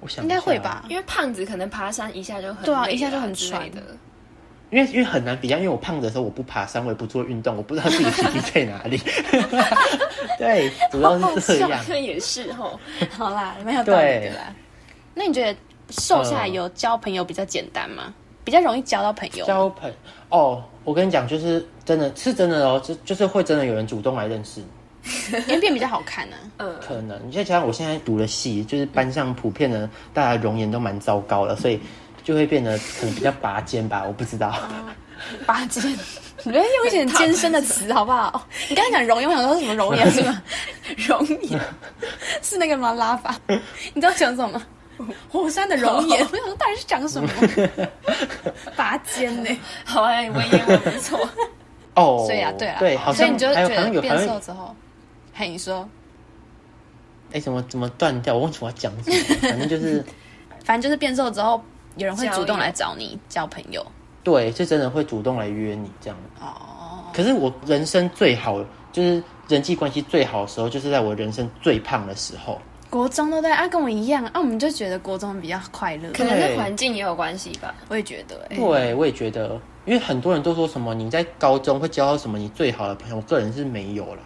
Speaker 1: 我想
Speaker 3: 应该
Speaker 1: 一下
Speaker 3: 会
Speaker 1: 啊
Speaker 3: 吧
Speaker 2: 因为胖子可能爬山一下就很
Speaker 3: 对啊
Speaker 2: 累
Speaker 3: 一下就很
Speaker 2: 之类的，
Speaker 1: 因为因为很难比较，因为我胖的时候我不爬山，我也不做运动，我不知道自己体力在哪 里。对，主要是这样
Speaker 2: 好。像哦 也是哦吼，
Speaker 3: 好啦，蛮有道理的啦。那你觉得瘦下来
Speaker 1: 嗯
Speaker 3: 有交朋友比较简单吗？比较容易交到朋友吗？
Speaker 1: 交朋哦，我跟你讲，就是真的是真的哦，就就是会真的有人主动来认识你。
Speaker 3: 因为变比较好 看呢、啊
Speaker 2: 嗯，
Speaker 1: 可能你再加上我现在读的系，就是班上普遍的大家容颜都蛮糟糕的，所以就会变得可能比较拔尖吧，我不知道。
Speaker 3: 拔尖，你不要用一些很艰深的词好不好？ 你刚才讲容颜，我想说是什么容颜是吗？容颜是那个吗？拉 法？你知道讲什么？火山的
Speaker 1: 哦
Speaker 3: 容颜，我想说到底是讲 什么？拔尖呢、
Speaker 2: 好哎，文言文不 错，
Speaker 1: 哦，
Speaker 3: 所以啊，对啊，
Speaker 1: 对，好
Speaker 3: 所以
Speaker 1: 像
Speaker 3: 你就
Speaker 1: 还有
Speaker 3: 觉
Speaker 1: 好像
Speaker 3: 得
Speaker 1: 有好
Speaker 3: 变
Speaker 1: 像
Speaker 3: 瘦之后，嘿，你说，
Speaker 1: 哎，怎么怎么断掉？我忘记我要讲什么了，反正就是。
Speaker 3: 反正就是变瘦之后，有人会
Speaker 2: 交友
Speaker 3: 主动来找你交朋友
Speaker 1: 对，是真的会主动来约你这样。
Speaker 3: 哦。
Speaker 1: 可是我人生最好，就是人际关系最好的时候，就是在我人生最胖的时候。
Speaker 3: 国中都在啊，跟我一样啊，我们就觉得国中比较快乐。
Speaker 2: 可能跟环境也有关系吧。
Speaker 3: 我也觉得、欸，
Speaker 1: 对，我也觉得，因为很多人都说什么你在高中会交到什么你最好的朋友，我个人是没有啦。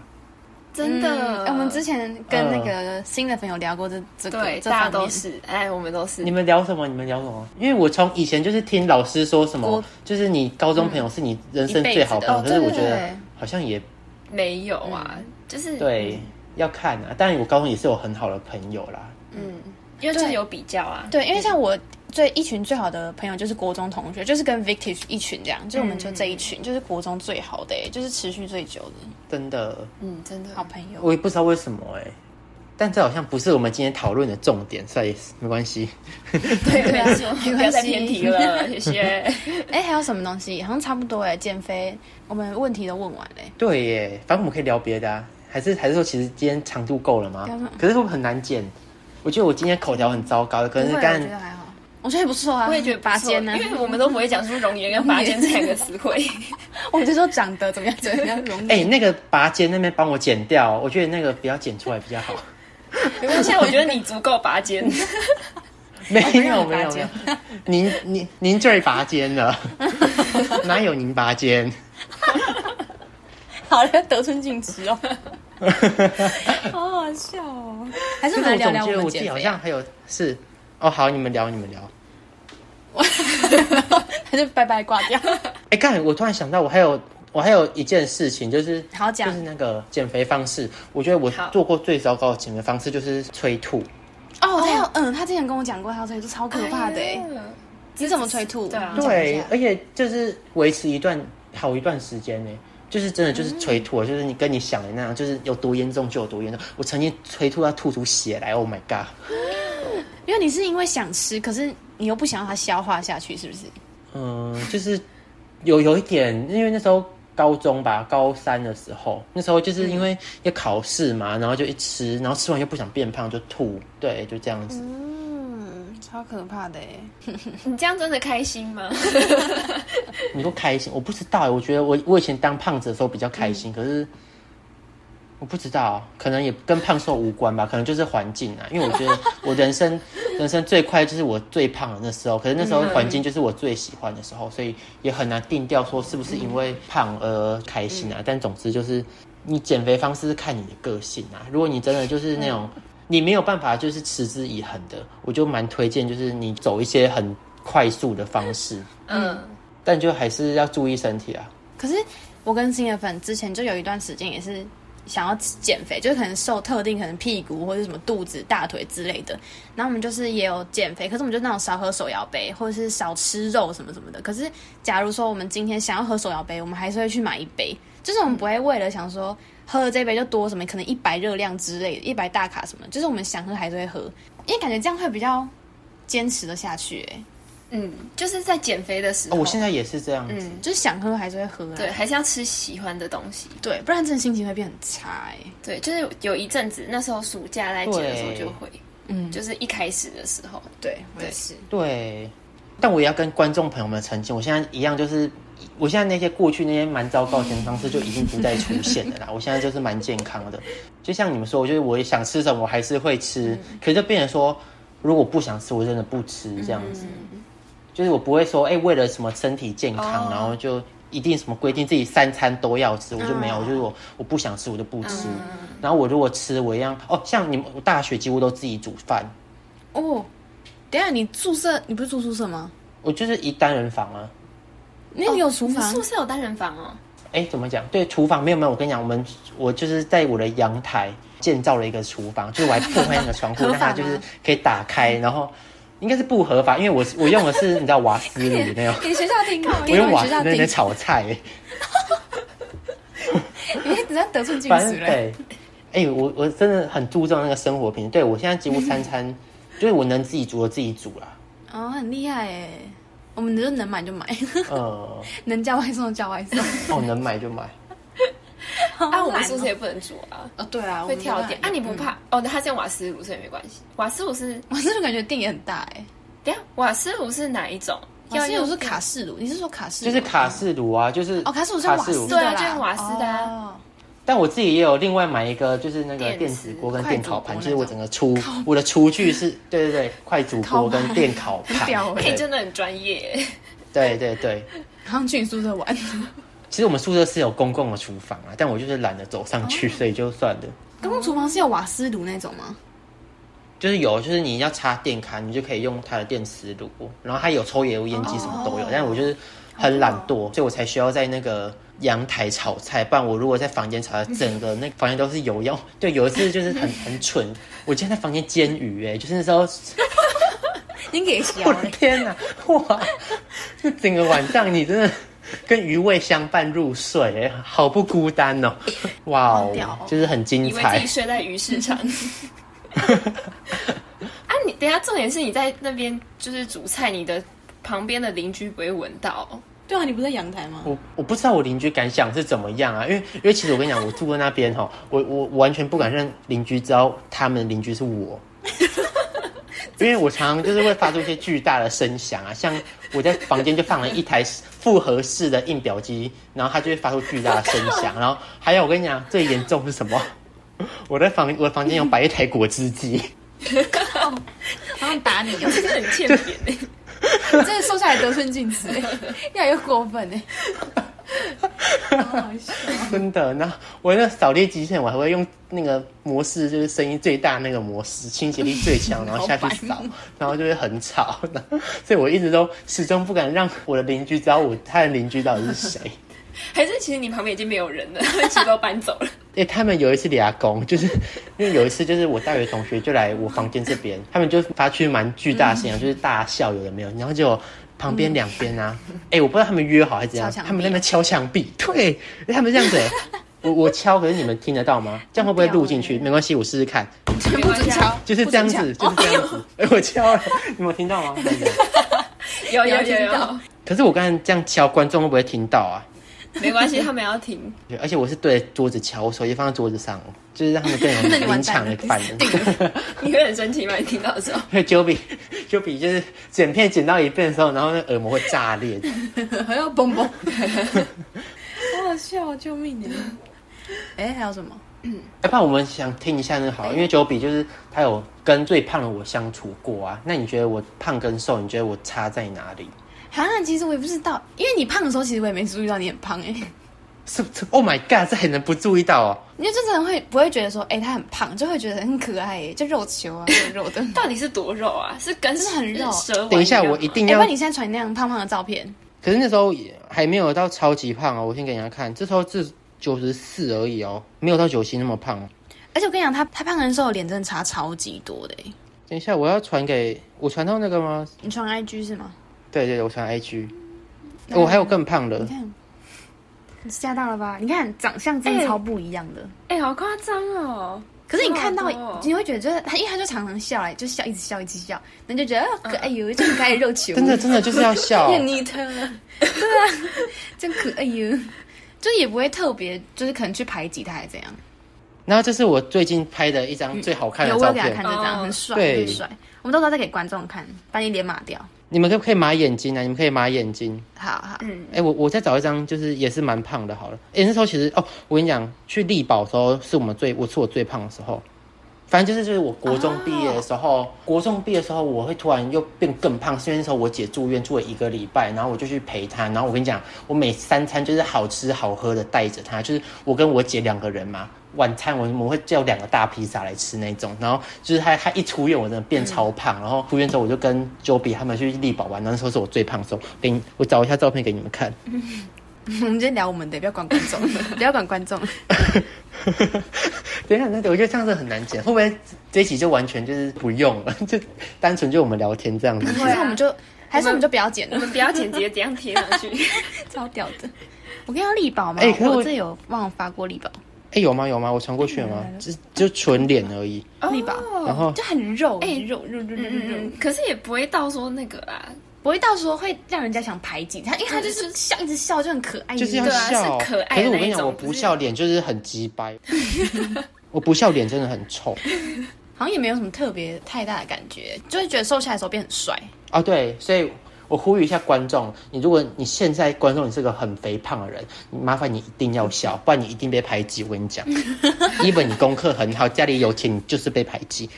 Speaker 2: 真的
Speaker 3: 嗯，我们之前跟那个新的朋友聊过这这个，
Speaker 2: 对
Speaker 3: 这
Speaker 2: 大家
Speaker 3: 方
Speaker 2: 都
Speaker 3: 面。
Speaker 2: 是，哎，我们都是
Speaker 1: 你，们聊什么？你们聊什么？因为我从以前就是听老师说什么
Speaker 3: 我，嗯
Speaker 1: 就是你高中朋友是你人生
Speaker 2: 一辈子
Speaker 1: 最好朋友，
Speaker 2: 的
Speaker 1: 可是
Speaker 3: 哦
Speaker 1: 我觉得
Speaker 3: 对嗯
Speaker 1: 好像也
Speaker 2: 没有啊，就是
Speaker 1: 对，要看啊。当然，我高中也是有很好的朋友啦。
Speaker 2: 因为就是
Speaker 3: 对
Speaker 2: 有比较啊，
Speaker 3: 对，因为像我最一群最好的朋友就是国中同学，就是跟 Victor 一群这样，就是我们就这一
Speaker 2: 嗯
Speaker 3: 群，就是国中最好的、欸就是持续最久的
Speaker 1: 真的，
Speaker 2: 嗯，真的
Speaker 3: 好朋友。
Speaker 1: 我也不知道为什么哎、但这好像不是我们今天讨论的重点，所以没关系。
Speaker 2: 对，
Speaker 3: 对啊
Speaker 2: 没 错，
Speaker 3: 没关系
Speaker 2: 不要再偏题了，谢谢。
Speaker 3: 哎、还有什么东西？好像差不多哎、减肥，我们问题都问完欸嘞、
Speaker 1: 对耶，反正我们可以聊别的啊。还是还是说，其实今天长度够了吗
Speaker 3: 刚刚？
Speaker 1: 可是会不会很难剪？我觉得我今天口条很糟糕，可能是
Speaker 3: 不会啊我
Speaker 1: 刚
Speaker 3: 觉得还好，我觉得还不错啊。
Speaker 2: 我也觉得不
Speaker 3: 拔
Speaker 2: 错
Speaker 3: 尖呢、
Speaker 2: 因为我们都不会讲出容颜跟拔尖这两个词汇。
Speaker 3: 我就说长得怎么样怎么样容易。
Speaker 1: 哎、那个拔尖那边帮我剪掉，我觉得那个不要剪出来比较 好。
Speaker 2: 没关系，我觉得你足够拔尖。
Speaker 1: 没有
Speaker 3: 哦
Speaker 1: 没有
Speaker 3: 有拔
Speaker 1: 没有
Speaker 3: 尖，
Speaker 1: 您您您最拔尖 了，哪有您拔尖？
Speaker 3: 好了，得寸进尺 哦，好好笑哦。还是我
Speaker 1: 这
Speaker 3: 们
Speaker 1: 个
Speaker 3: 来
Speaker 1: 我
Speaker 3: 聊
Speaker 1: 总
Speaker 3: 聊
Speaker 1: 觉得
Speaker 3: 们
Speaker 1: 我自己
Speaker 3: 减
Speaker 1: 好
Speaker 3: 肥
Speaker 1: 像
Speaker 3: 啊，
Speaker 1: 还有是哦，好，你们聊你们聊。
Speaker 3: 他就拜拜挂掉。
Speaker 1: 哎、刚才我突然想到，我还有我还有一件事情，就是
Speaker 3: 好讲
Speaker 1: 就是那个减肥方式。我觉得我
Speaker 2: 好
Speaker 1: 做过最糟糕的减肥方式就是催吐。
Speaker 3: 哦，他有嗯，他之前跟我讲过，他催吐超 可怕的哎、
Speaker 2: 哎呀
Speaker 3: 你怎么催吐？
Speaker 2: 对啊
Speaker 3: 你讲一
Speaker 1: 对
Speaker 3: 下，
Speaker 1: 而且就是维持一段好一段时间呢、就是真的就是催吐
Speaker 3: 嗯
Speaker 1: 了，就是你跟你想的那样，就是有多严重就有多严重。我曾经催吐到吐出血来，Oh my god！
Speaker 3: 因为你是因为想吃，可是你又不想让它消化下去，是不是？
Speaker 1: 嗯，就是有有一点，因为那时候高中吧，高三的时候，那时候就是
Speaker 3: 嗯
Speaker 1: 因为要考试嘛，然后就一吃，然后吃完又不想变胖，就吐，对，就这样子。
Speaker 3: 嗯，超可怕的哎。
Speaker 2: 你这样真的开心 吗？
Speaker 1: 你说开心，我不知道，我觉得我我以前当胖子的时候比较开心，可是我不知道，啊可能也跟胖瘦无关吧，可能就是环境啊。因为我觉得我人生人生最快就是我最胖的那时候，可是那时候环境就是我最喜欢的时候，所以也很难定调说是不是因为胖而开心啊。但总之就是你减肥方式是看你的个性啊，如果你真的就是那种。你没有办法就是持之以恒的，我就蛮推荐就是你走一些很快速的方式，
Speaker 2: 嗯，
Speaker 1: 但就还是要注意身体啊。
Speaker 3: 可是我跟新的粉之前就有一段时间也是想要减肥，就是可能瘦特定可能屁股或者什么肚子、大腿之类的。然后我们就是也有减肥，可是我们就那种少喝手摇杯，或者是少吃肉什么什么的。可是假如说我们今天想要喝手摇杯，我们还是会去买一杯，就是我们不会为了想说。喝了这杯就多什么，可能一百热量之类的，一百大卡什么的，就是我们想喝还是会喝，因为感觉这样会比较坚持的下去、欸，
Speaker 2: 嗯，就是在减肥的时
Speaker 1: 哦，
Speaker 2: 候，
Speaker 1: 我现在也是这样子，
Speaker 2: 嗯，
Speaker 3: 就是想喝还是会喝、啊，
Speaker 2: 对，还是要吃喜欢的东西。
Speaker 3: 对，不然真的心情会变很差、欸，
Speaker 2: 对，就是有一阵子，那时候暑假在减的时候
Speaker 1: 对
Speaker 2: 就会，
Speaker 3: 嗯
Speaker 2: 就是一开始的时候，
Speaker 3: 对，
Speaker 2: 我也
Speaker 3: 是。
Speaker 1: 对。但我也要跟观众朋友们澄清，我现在一样就是，我现在那些过去那些蛮糟糕的减肥方式就已经不再出现 了啦。我现在就是蛮健康的，就像你们说，我就是我也想吃什么我还是会吃，
Speaker 2: 嗯
Speaker 1: 可是就变成说，如果不想吃，我真的不吃这样子。就是我不会说，哎、为了什么身体健康，
Speaker 2: 嗯哦
Speaker 1: 然后就一定什么规定自己三餐都要吃，我就没有，
Speaker 3: 嗯
Speaker 1: 我就是我我不想吃我就不吃。
Speaker 2: 嗯
Speaker 1: 然后我如果吃，我一样哦，像你们我大学几乎都自己煮饭，
Speaker 3: 哦，等一下你宿舍，你不是住宿舍吗？
Speaker 1: 我就是一单人房啊。
Speaker 3: 那哎你有厨
Speaker 2: 哦你们
Speaker 3: 房？
Speaker 2: 宿舍有单人房哦，
Speaker 1: 哎，怎么讲？对，厨房没有没有，我跟你讲，我们我就是在我的阳台建造了一个厨房，就是我还破坏那个 窗户，
Speaker 3: 合
Speaker 1: 让它
Speaker 3: 法
Speaker 1: 就是
Speaker 3: 吗
Speaker 1: 可以打开，然后应该是不合法，因为我是我用的是你知道瓦斯炉那种，
Speaker 3: 给学校 听，
Speaker 1: 我
Speaker 3: 给你
Speaker 1: 用
Speaker 3: 们
Speaker 1: 瓦
Speaker 3: 学
Speaker 1: 斯
Speaker 3: 校
Speaker 1: 在那边
Speaker 3: 听，
Speaker 1: 炒菜、
Speaker 3: 你等下得寸进
Speaker 1: 反正
Speaker 3: 尺了。
Speaker 1: 对，哎、我我真的很注重那个生活品质。对我现在几乎三 餐，就是我能自己煮我自己煮啦。
Speaker 3: 哦，很厉害哎，我们就能买就买，
Speaker 1: 呃，
Speaker 3: 能叫外送就叫外 送。
Speaker 1: 哦，能买就买。
Speaker 2: 啊，我们宿舍也不能煮啊，
Speaker 3: 哦，嗯对啊，
Speaker 2: 会跳电
Speaker 3: 点
Speaker 2: 啊，你不？怕？哦，他是用瓦斯炉，所以没关系。瓦斯炉是，
Speaker 3: 我是感觉电也很大哎。
Speaker 2: 等一下瓦斯炉是哪一种？
Speaker 3: 瓦斯炉
Speaker 2: 用
Speaker 3: 是卡式炉，你是说卡式？
Speaker 1: 就是卡。式炉啊，就是
Speaker 3: 哦，卡式炉是瓦斯的
Speaker 2: 对啊
Speaker 3: 啦
Speaker 2: 就是瓦斯的啊
Speaker 3: 哦
Speaker 1: 但我自己也有另外买一个，就是那个
Speaker 2: 电
Speaker 1: 电
Speaker 2: 磁
Speaker 1: 子锅跟
Speaker 3: 快
Speaker 1: 电
Speaker 3: 煮
Speaker 1: 烤
Speaker 3: 锅
Speaker 1: 盘，
Speaker 3: 那
Speaker 1: 就是我
Speaker 3: 种
Speaker 1: 整个厨我的厨具是，对对对，快煮
Speaker 3: 烤
Speaker 1: 锅跟
Speaker 3: 盘
Speaker 1: 电烤
Speaker 3: 很
Speaker 1: 盘
Speaker 3: 屌，欸
Speaker 2: 哎，
Speaker 1: 对
Speaker 2: 真的很专业。
Speaker 1: 对对对，
Speaker 3: 好像去你宿舍玩。
Speaker 1: 其实我们宿舍是有公共的厨房啊，但我就是懒得走上
Speaker 3: 哦
Speaker 1: 去，所以就算了。
Speaker 3: 公共厨房是有瓦斯炉那种吗？
Speaker 1: 就是有，就是你要插电卡，你就可以用它的电磁炉，然后它有抽油烟机，什么都有。
Speaker 3: 哦
Speaker 1: 但我就是很懒惰，所以我才需要在那个阳台炒菜，不然我如果在房间炒菜，整个那个房间都是油烟。 对，有一次就是很很蠢，我今天在房间煎鱼、哎，就是那时候，
Speaker 3: 你给 小
Speaker 2: 啊
Speaker 1: 我的天哪、哇，这 整个晚上你真的。跟鱼味相伴入睡，哎好不孤单 哦！哇
Speaker 3: 好屌
Speaker 1: 哦
Speaker 3: 哦，
Speaker 1: 就是很精
Speaker 2: 以为自
Speaker 1: 彩
Speaker 2: 己。睡在鱼市 场。啊，你等一下，重点是你在那边就是煮菜，你的旁边的邻居不会闻到哦。
Speaker 3: 对啊，你不是在阳台吗？
Speaker 1: 我我不知道我邻居感想是怎么样啊，因为因为其实我跟你讲，我住过那边哈， 我我我完全不敢让邻居知道他们邻居是我，因为我常常就是会发出一些巨大的声响啊，像我在房间就放了一台复合式的印表机，然后它就会发出巨大的声响，然后还有我跟你讲最严重是什么？ 我在房我的房间有摆一台果汁机，
Speaker 3: 好像打 你哦，
Speaker 2: 真的很欠扁哎、
Speaker 3: 你真的瘦下来得寸进尺， 哎越来越过分哎。好好 笑
Speaker 1: 真的，那我那扫地机器人，我还会用那个模式，就是声音最大那个模式，清洁力最强，然后下去扫， 哦然后就会很吵。 所以我一直都始终不敢让我的邻居知道我他的邻居到底是谁。
Speaker 2: 还是其实你旁边已经没有人了，他们其实都搬走了。
Speaker 1: 哎、他们有一次俩公，就是 因为有一次就是我大学同学就来我房间这边，他们就发出蛮巨大的
Speaker 3: 嗯
Speaker 1: 声音，就是大笑有的没有，然后就旁边两边啊，哎、我不知道他们约好还是怎样
Speaker 3: 嗯敲，墙壁
Speaker 1: 他们在那敲墙壁，对，他们这样子、 欸，我我敲，可是你们听得到
Speaker 3: 嗯
Speaker 1: 吗？这样会不会录进去？没关系，我试试看，
Speaker 3: 全部准
Speaker 2: 啊
Speaker 3: 敲，
Speaker 1: 就是这样子，就是这样
Speaker 3: 哦
Speaker 1: 子，哎、我敲了，你们有听到 吗？
Speaker 2: 有有
Speaker 3: 哦有
Speaker 2: 有
Speaker 3: 听到
Speaker 2: 有，
Speaker 1: 可是我刚才这样敲，观众会不会听到啊？
Speaker 2: 没关系，他们要停。
Speaker 1: 对，而且我是对着桌子敲，我手机放在桌子上，就是让他们更有
Speaker 3: 那你完
Speaker 1: 临
Speaker 3: 蛋
Speaker 1: 场
Speaker 3: 了
Speaker 1: 的反 应。
Speaker 2: 你会很生气吗？你听到的时候，
Speaker 1: 九比九比就是剪片剪到一半的时候，然后那耳膜会炸裂。
Speaker 3: 还要蹦蹦，好好笑哦，救命啊！哎，还有什么？
Speaker 1: 要哎不然我们想听一下那个好了，因为九比就是他有跟最胖的我相处过啊。那你觉得我胖跟瘦，你觉得我差在哪里？
Speaker 3: 好像其实我也不知道，因为你胖的时候，其实我也没注意到你很胖哎。
Speaker 1: 是不是？Oh my god！这还能不注意到哦？
Speaker 3: 你就真的会不会觉得说，哎、他很胖，就会觉得很可爱耶，就肉球啊，肉肉的。
Speaker 2: 到底是多肉啊？是跟
Speaker 3: 真的很肉
Speaker 2: 蛇丸样吗
Speaker 1: 等一下，我一定
Speaker 3: 哎、
Speaker 1: 要。
Speaker 3: 不然你现在传那样胖胖的照片，
Speaker 1: 可是那时候也还没有到超级胖哦，我先给人家看，这时候是九十四而已哦，没有到九七那么胖哦。
Speaker 3: 而且我跟你讲，他他胖跟瘦的脸真的差超级多的耶。
Speaker 1: 等一下，我要传给我传到那个吗？
Speaker 3: 你传 IG 是吗？
Speaker 1: 对对，对我传 IG。我还有更胖的
Speaker 3: 你，看，你吓到了吧？你看长相真的
Speaker 2: 哎
Speaker 3: 超不一样的。
Speaker 2: 哎、好夸张哦！
Speaker 3: 可是你看到
Speaker 2: 差好多哦，
Speaker 3: 你会觉得就是他，因为他就常常笑，哎，就笑，一直笑，一直笑，那就觉得、哦、可爱哟，就很可爱的肉球，
Speaker 1: 真的真的就是要笑。
Speaker 3: 变 你特，对啊，真可爱哟，就是也不会特别，就是可能去排挤他，还是怎样？
Speaker 1: 然后这是我最近拍的一张最好看的
Speaker 3: 嗯有我
Speaker 1: 照
Speaker 3: 有给他
Speaker 1: 片，
Speaker 3: 看这张，
Speaker 2: 哦
Speaker 3: 很帅，
Speaker 1: 对
Speaker 3: 很帅。我们到时候再给观众看，把你脸码掉。
Speaker 1: 你们可不可以马眼睛啊？你们可以马眼睛。
Speaker 3: 好好，
Speaker 2: 嗯，
Speaker 1: 哎、我我再找一张，就是也是蛮胖的，好了。哎、那时候其实哦，我跟你讲，去力宝的时候是我们最我是我最胖的时候，反正就是就是我国中毕业的时候，国中毕业的时候我会突然又变更胖，是因为那时候我姐住院住了一个礼拜，然后我就去陪她，然后我跟你讲，我每三餐就是好吃好喝的带着她，就是我跟我姐两个人嘛。晚餐我我会叫两个大披萨来吃那种，然后就是她她一出院我真的变超胖，然后出院之后我就跟 Joey 他们去力宝玩，然后那时候是我最胖的时候，给你我找一下照片给你们看。
Speaker 3: 我们先聊我们 的，不要管观众，不要管观众。
Speaker 1: 等一下，那我觉得这样子很难剪，会不会这一集就完全就是不用了， 就单纯就我们聊天这样子？
Speaker 2: 啊
Speaker 3: 还是我们就，还是我们就不要剪
Speaker 2: 我
Speaker 3: 了，
Speaker 2: 们不要剪辑，怎样贴上 去？
Speaker 3: 超屌的。我跟你讲力宝嘛，
Speaker 1: 哎可是我
Speaker 3: 我这有忘了发过力宝，
Speaker 1: 哎、有吗？有吗？我传过去了
Speaker 2: 嗯
Speaker 1: 吗？就就纯脸而已，
Speaker 3: 力宝
Speaker 2: 哦
Speaker 1: 然后
Speaker 3: 就很肉，
Speaker 2: 哎
Speaker 3: 哎，肉肉肉肉肉
Speaker 2: 嗯，嗯嗯，可是也不会到说那个啦，
Speaker 3: 不会到时候会让人家想排挤他，因为他就是笑，一直笑就很可爱，
Speaker 1: 就是要
Speaker 2: 对啊
Speaker 1: 笑。
Speaker 2: 是可
Speaker 1: 可
Speaker 2: 爱的
Speaker 1: 是我跟
Speaker 2: 那
Speaker 1: 你
Speaker 2: 一
Speaker 1: 讲，
Speaker 2: 种
Speaker 1: 我
Speaker 2: 不
Speaker 1: 不
Speaker 2: 是
Speaker 1: 笑脸就是很鸡掰， 我不笑脸真的很臭
Speaker 3: 好像也没有什么特别太大的感觉，就是觉得瘦下来的时候变很帅。
Speaker 1: 啊。对，所以我呼吁一下观众，你如果你现在观众你是个很肥胖的人，麻烦你一定要
Speaker 2: 嗯
Speaker 1: 笑，不然你一定被排挤。我跟你 讲，even 你功课很好，家里有钱，你就是被排挤。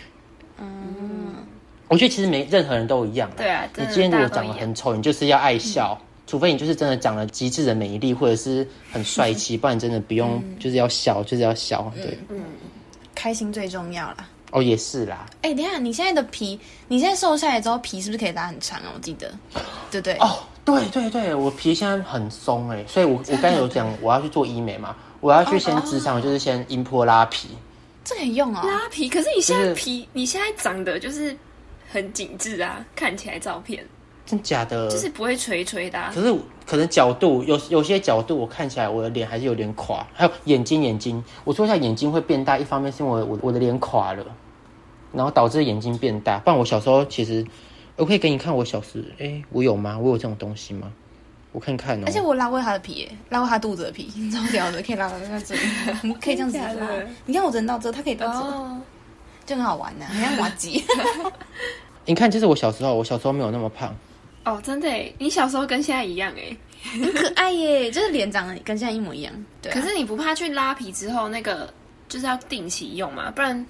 Speaker 3: 嗯，
Speaker 1: 我觉得其实没任何人都一样啦。
Speaker 2: 嗯对啊，啊
Speaker 1: 你
Speaker 2: 真的
Speaker 1: 今天如
Speaker 2: 大
Speaker 1: 果
Speaker 2: 家都
Speaker 1: 长
Speaker 2: 一
Speaker 1: 得
Speaker 2: 样。
Speaker 1: 很丑，你就是要爱笑。除非你就是真的长了极致的美丽，或者是很帅 气，不然真的不用，
Speaker 2: 嗯
Speaker 1: 就是要小，就是要小。对，
Speaker 3: 开心最重要啦。
Speaker 1: 哦，也是啦。
Speaker 3: 哎、等一下，你现在的皮，你现在瘦下来之后皮是不是可以拉很长啊？我记得，对不对？
Speaker 1: 哦，对对对，我皮现在很松哎、所以我我刚才有讲我要去做医美嘛，我要去
Speaker 3: 哦
Speaker 1: 先职场，就是先阴坡拉皮。
Speaker 3: 这可以用哦。
Speaker 2: 拉皮，可是你现
Speaker 1: 就
Speaker 2: 在
Speaker 1: 是
Speaker 2: 皮，你现在长得就是很紧致啊，看起来照片
Speaker 1: 真假的？
Speaker 2: 就是不会垂垂的、啊
Speaker 1: 可。是可能角度有有些角度，我看起来我的脸还是有点垮，还有眼睛眼睛，我说一下眼睛会变大，一方面是因为我我的脸垮了，然后导致眼睛变大。不然我小时候其实，我可以给你看我小时，哎、我有吗？我有这种东西吗？我看看哦、
Speaker 3: 而且我拉过他的皮耶，拉过他肚子的皮，超屌的，可以拉到在 这里，我们可以这样子
Speaker 2: 真的
Speaker 3: 拉
Speaker 2: 假的。
Speaker 3: 你看我只能到这，他可以到这，
Speaker 2: 哦，
Speaker 3: 就很好玩 呐、啊，很像滑稽。
Speaker 1: 你看，这是我小时候，我小时候没有那么胖，
Speaker 2: 哦，真的耶，你小时候跟现在一样哎。
Speaker 3: 可爱耶，就是脸长得跟现在一模一样。对啊、
Speaker 2: 可是你不怕去拉皮之后那个就是要定期用嘛？不然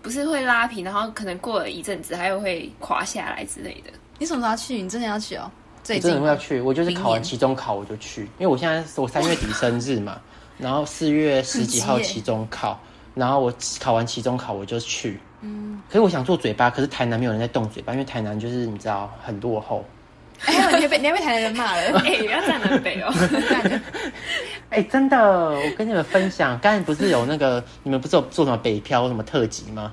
Speaker 2: 不是会拉皮，然后可能过了一阵子，还有会垮下来 之类的。
Speaker 3: 你什么时候要去？你真的要去哦？最
Speaker 1: 我
Speaker 3: 近
Speaker 1: 真的要去，我就是
Speaker 3: 明
Speaker 1: 考完
Speaker 3: 年
Speaker 1: 期中考我就去，因为我现在我三月底生日 嘛，然后四月十几号
Speaker 3: 很急耶
Speaker 1: 期中考，然后我考完期中考我就去。嗯，可是我想做嘴巴，可是台南没有人在动嘴巴，因为台南就是你知道很落后。
Speaker 3: 哎呀，你会被你会被台南人骂 了。
Speaker 2: 哎、不要站南北哦。
Speaker 1: 哎、真的，我跟你们分享，刚才不是有那个你们不是有做什么北漂什么特辑吗？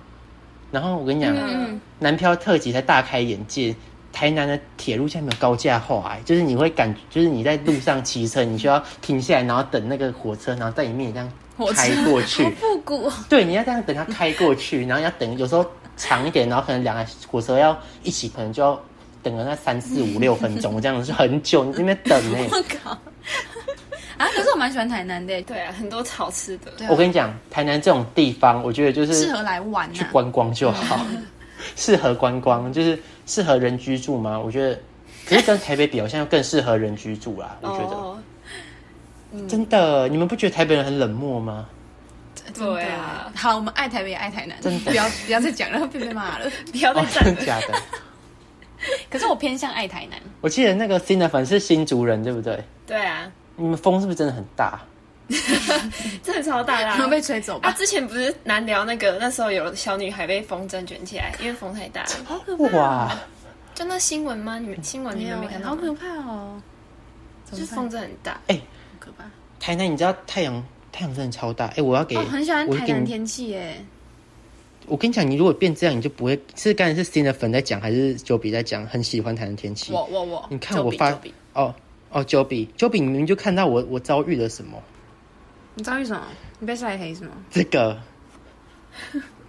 Speaker 1: 然后我跟你讲，
Speaker 2: 嗯，
Speaker 1: 南漂特辑才大开眼界。台南的铁路现在没有高架化、哎就是你会感，就是你在路上骑车，你需要停下来，然后等那个火车，然后在你面前这
Speaker 3: 火
Speaker 1: 样
Speaker 3: 车
Speaker 1: 开过
Speaker 3: 好
Speaker 1: 去。
Speaker 3: 复古哦，
Speaker 1: 对，你要这样等它开过去，然后要等，有时候长一点，然后可能两个火车要一起，可能就要等个那三四五六分钟，这样子是很久，你在那边等欸 呢、
Speaker 3: 我靠！啊，可是我蛮喜欢台南的，
Speaker 2: 对啊，很多好吃的。
Speaker 3: 对啊
Speaker 1: 我跟你讲，台南这种地方，我觉得就是
Speaker 3: 适合来玩啊
Speaker 1: 去
Speaker 3: 呐、
Speaker 1: 观光就 好，适合观光，就是适合人居住吗？我觉得，可是跟台北比，好像更适合人居住啦。我觉得、
Speaker 2: 哦，
Speaker 1: 真的，你们不觉得台北人很冷漠吗？
Speaker 3: 真的
Speaker 2: 对啊
Speaker 3: 好，我们爱台北也爱台南，
Speaker 1: 真的
Speaker 3: 不要不要再讲了，被被骂了。
Speaker 2: 不要再
Speaker 1: 哦，
Speaker 2: 站
Speaker 1: 真
Speaker 2: 了。
Speaker 1: 的假的？
Speaker 3: 可是我偏向爱 台南，
Speaker 1: 我记得那个新的粉是新竹人，对不对？
Speaker 2: 对啊，
Speaker 1: 你们风是不是真的很大？
Speaker 2: 真的超大
Speaker 3: 可
Speaker 2: 啦。
Speaker 3: 能被吹走
Speaker 2: 啊，
Speaker 3: 吧。
Speaker 2: 之前不是难聊那个，那时候有小女孩被风筝卷起来，因为风太大了。
Speaker 3: 哦
Speaker 1: 哇！
Speaker 2: 就那啊新闻吗？你们新闻你们没看到
Speaker 3: 好
Speaker 2: 吗？
Speaker 3: 可怕哦！
Speaker 2: 就
Speaker 3: 就是是
Speaker 2: 风
Speaker 3: 风筝
Speaker 2: 筝很大。
Speaker 3: 很可怕。
Speaker 1: 台南，你知道太阳太阳真的超大。哎、我要给，
Speaker 3: 哦，很喜欢
Speaker 1: 我
Speaker 3: 台
Speaker 1: 给
Speaker 3: 南
Speaker 1: 你
Speaker 3: 天气耶。
Speaker 1: 我跟你讲，你如果变这样，你就不会是刚才是新的粉在讲，还是九比在讲？很喜欢台南天气。
Speaker 3: 我我我，
Speaker 1: 你看
Speaker 3: 就
Speaker 1: 我
Speaker 3: 比
Speaker 1: 发
Speaker 3: 就比
Speaker 1: 哦哦，九比九比，你明明就看到我我遭遇了什么？
Speaker 3: 你遭遇什么？你被晒黑是吗？
Speaker 1: 这个，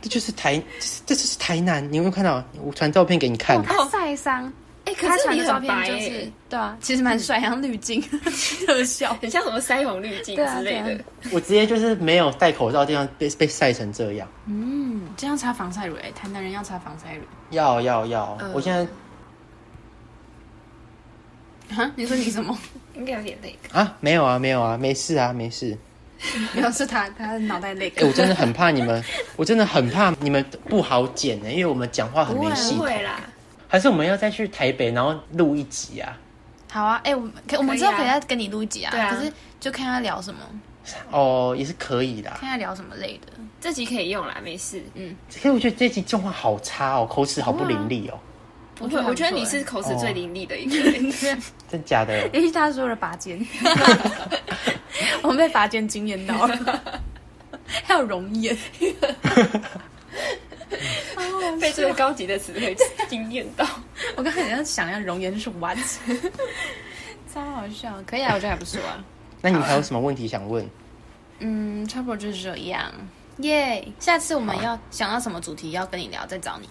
Speaker 1: 这就是台，这是这就是台南。你有没有看到？我传照片给你看
Speaker 3: 哦，。他晒伤。
Speaker 2: 哎、
Speaker 3: 他
Speaker 2: 可是
Speaker 3: 传
Speaker 2: 你
Speaker 3: 的照
Speaker 2: 很
Speaker 3: 片
Speaker 2: 白欸
Speaker 3: 就
Speaker 2: 耶、
Speaker 3: 是对啊，其实蛮帅，像滤 镜特效。
Speaker 2: 很像什么腮红滤镜
Speaker 3: 对啊
Speaker 2: 之类
Speaker 3: 对
Speaker 2: 的
Speaker 3: 啊。
Speaker 1: 我直接就是没有戴口罩的地方被被晒成这样。
Speaker 3: 嗯，这样擦防晒乳，哎，台南人要擦防晒乳。
Speaker 1: 要要要！
Speaker 3: 嗯
Speaker 1: 我现在
Speaker 3: 哈，你说你什么？
Speaker 2: 应该有点累。
Speaker 1: 啊，没有啊，没有啊，没事啊，没事。
Speaker 3: 没有，是他，他脑袋累
Speaker 1: 哎、。我真的很怕你们， 我真的很怕你们不好剪欸呢、因为我们讲话很没系
Speaker 2: 不
Speaker 1: 统。
Speaker 2: 会啦，
Speaker 1: 还是我们要再去台北，然后录一集啊？
Speaker 3: 好啊，哎，我们可我们
Speaker 2: 可以
Speaker 3: 之后
Speaker 2: 啊
Speaker 3: 可以再跟你录一集啊
Speaker 2: 对，啊
Speaker 3: 可是就看他聊什么，
Speaker 1: 哦，也是可以的。
Speaker 3: 看他聊什么类的。
Speaker 2: 这集可以用啦，没事。
Speaker 1: 可是我觉得这集讲话好差哦，口齿好不伶俐哦，
Speaker 2: 不
Speaker 3: 觉
Speaker 2: 会哦
Speaker 3: 得，还
Speaker 2: 我觉得
Speaker 3: 不错欸
Speaker 2: 你是口齿
Speaker 1: 哦
Speaker 2: 最伶俐的一个人。
Speaker 1: 真假的？
Speaker 3: 也许他说了拔尖， 我们被拔尖惊艳到 了，还有容 颜，
Speaker 2: 被这个高级的词汇惊艳 到。
Speaker 3: 我刚才在想要容颜是丸子， 超好笑，可以啊，我觉得还不错啊。
Speaker 1: 那你还有什么问题想问？
Speaker 3: 嗯，差不多就是这样，耶、下次我们要想到什么主题要跟你聊，再找你。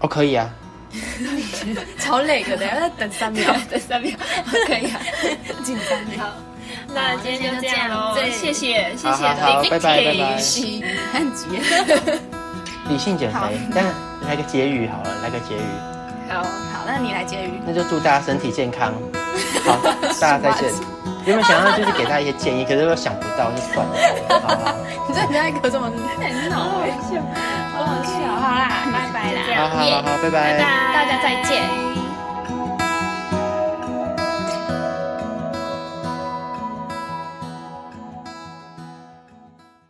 Speaker 1: 哦，可以啊。
Speaker 3: 超累的，等一下再等三秒，
Speaker 2: 等三秒， 可以啊。
Speaker 3: 紧张 哎。
Speaker 2: 好，那今天就这样喽
Speaker 3: 今天就这样。
Speaker 2: 谢谢，谢
Speaker 1: 好
Speaker 2: 谢
Speaker 1: 好好
Speaker 2: Vicky
Speaker 1: 拜拜拜拜
Speaker 3: 急，很急。
Speaker 1: 理性减
Speaker 3: 好
Speaker 1: 肥，但来个结语好了，来个结语，
Speaker 2: 好，
Speaker 3: 好，那你来结语。
Speaker 1: 那就祝大家身体健康。 好，大家再见。原本想要就是给大家一些建议，可是又想不到，就算了。好好
Speaker 3: 你这人家给我这么
Speaker 2: 好
Speaker 3: 很恼
Speaker 2: 好
Speaker 3: 哎，
Speaker 2: 笑。
Speaker 3: 好好笑。好啦，拜拜啦，
Speaker 2: 就这样
Speaker 1: 好好好，拜拜
Speaker 2: 拜拜，
Speaker 3: 大家再见。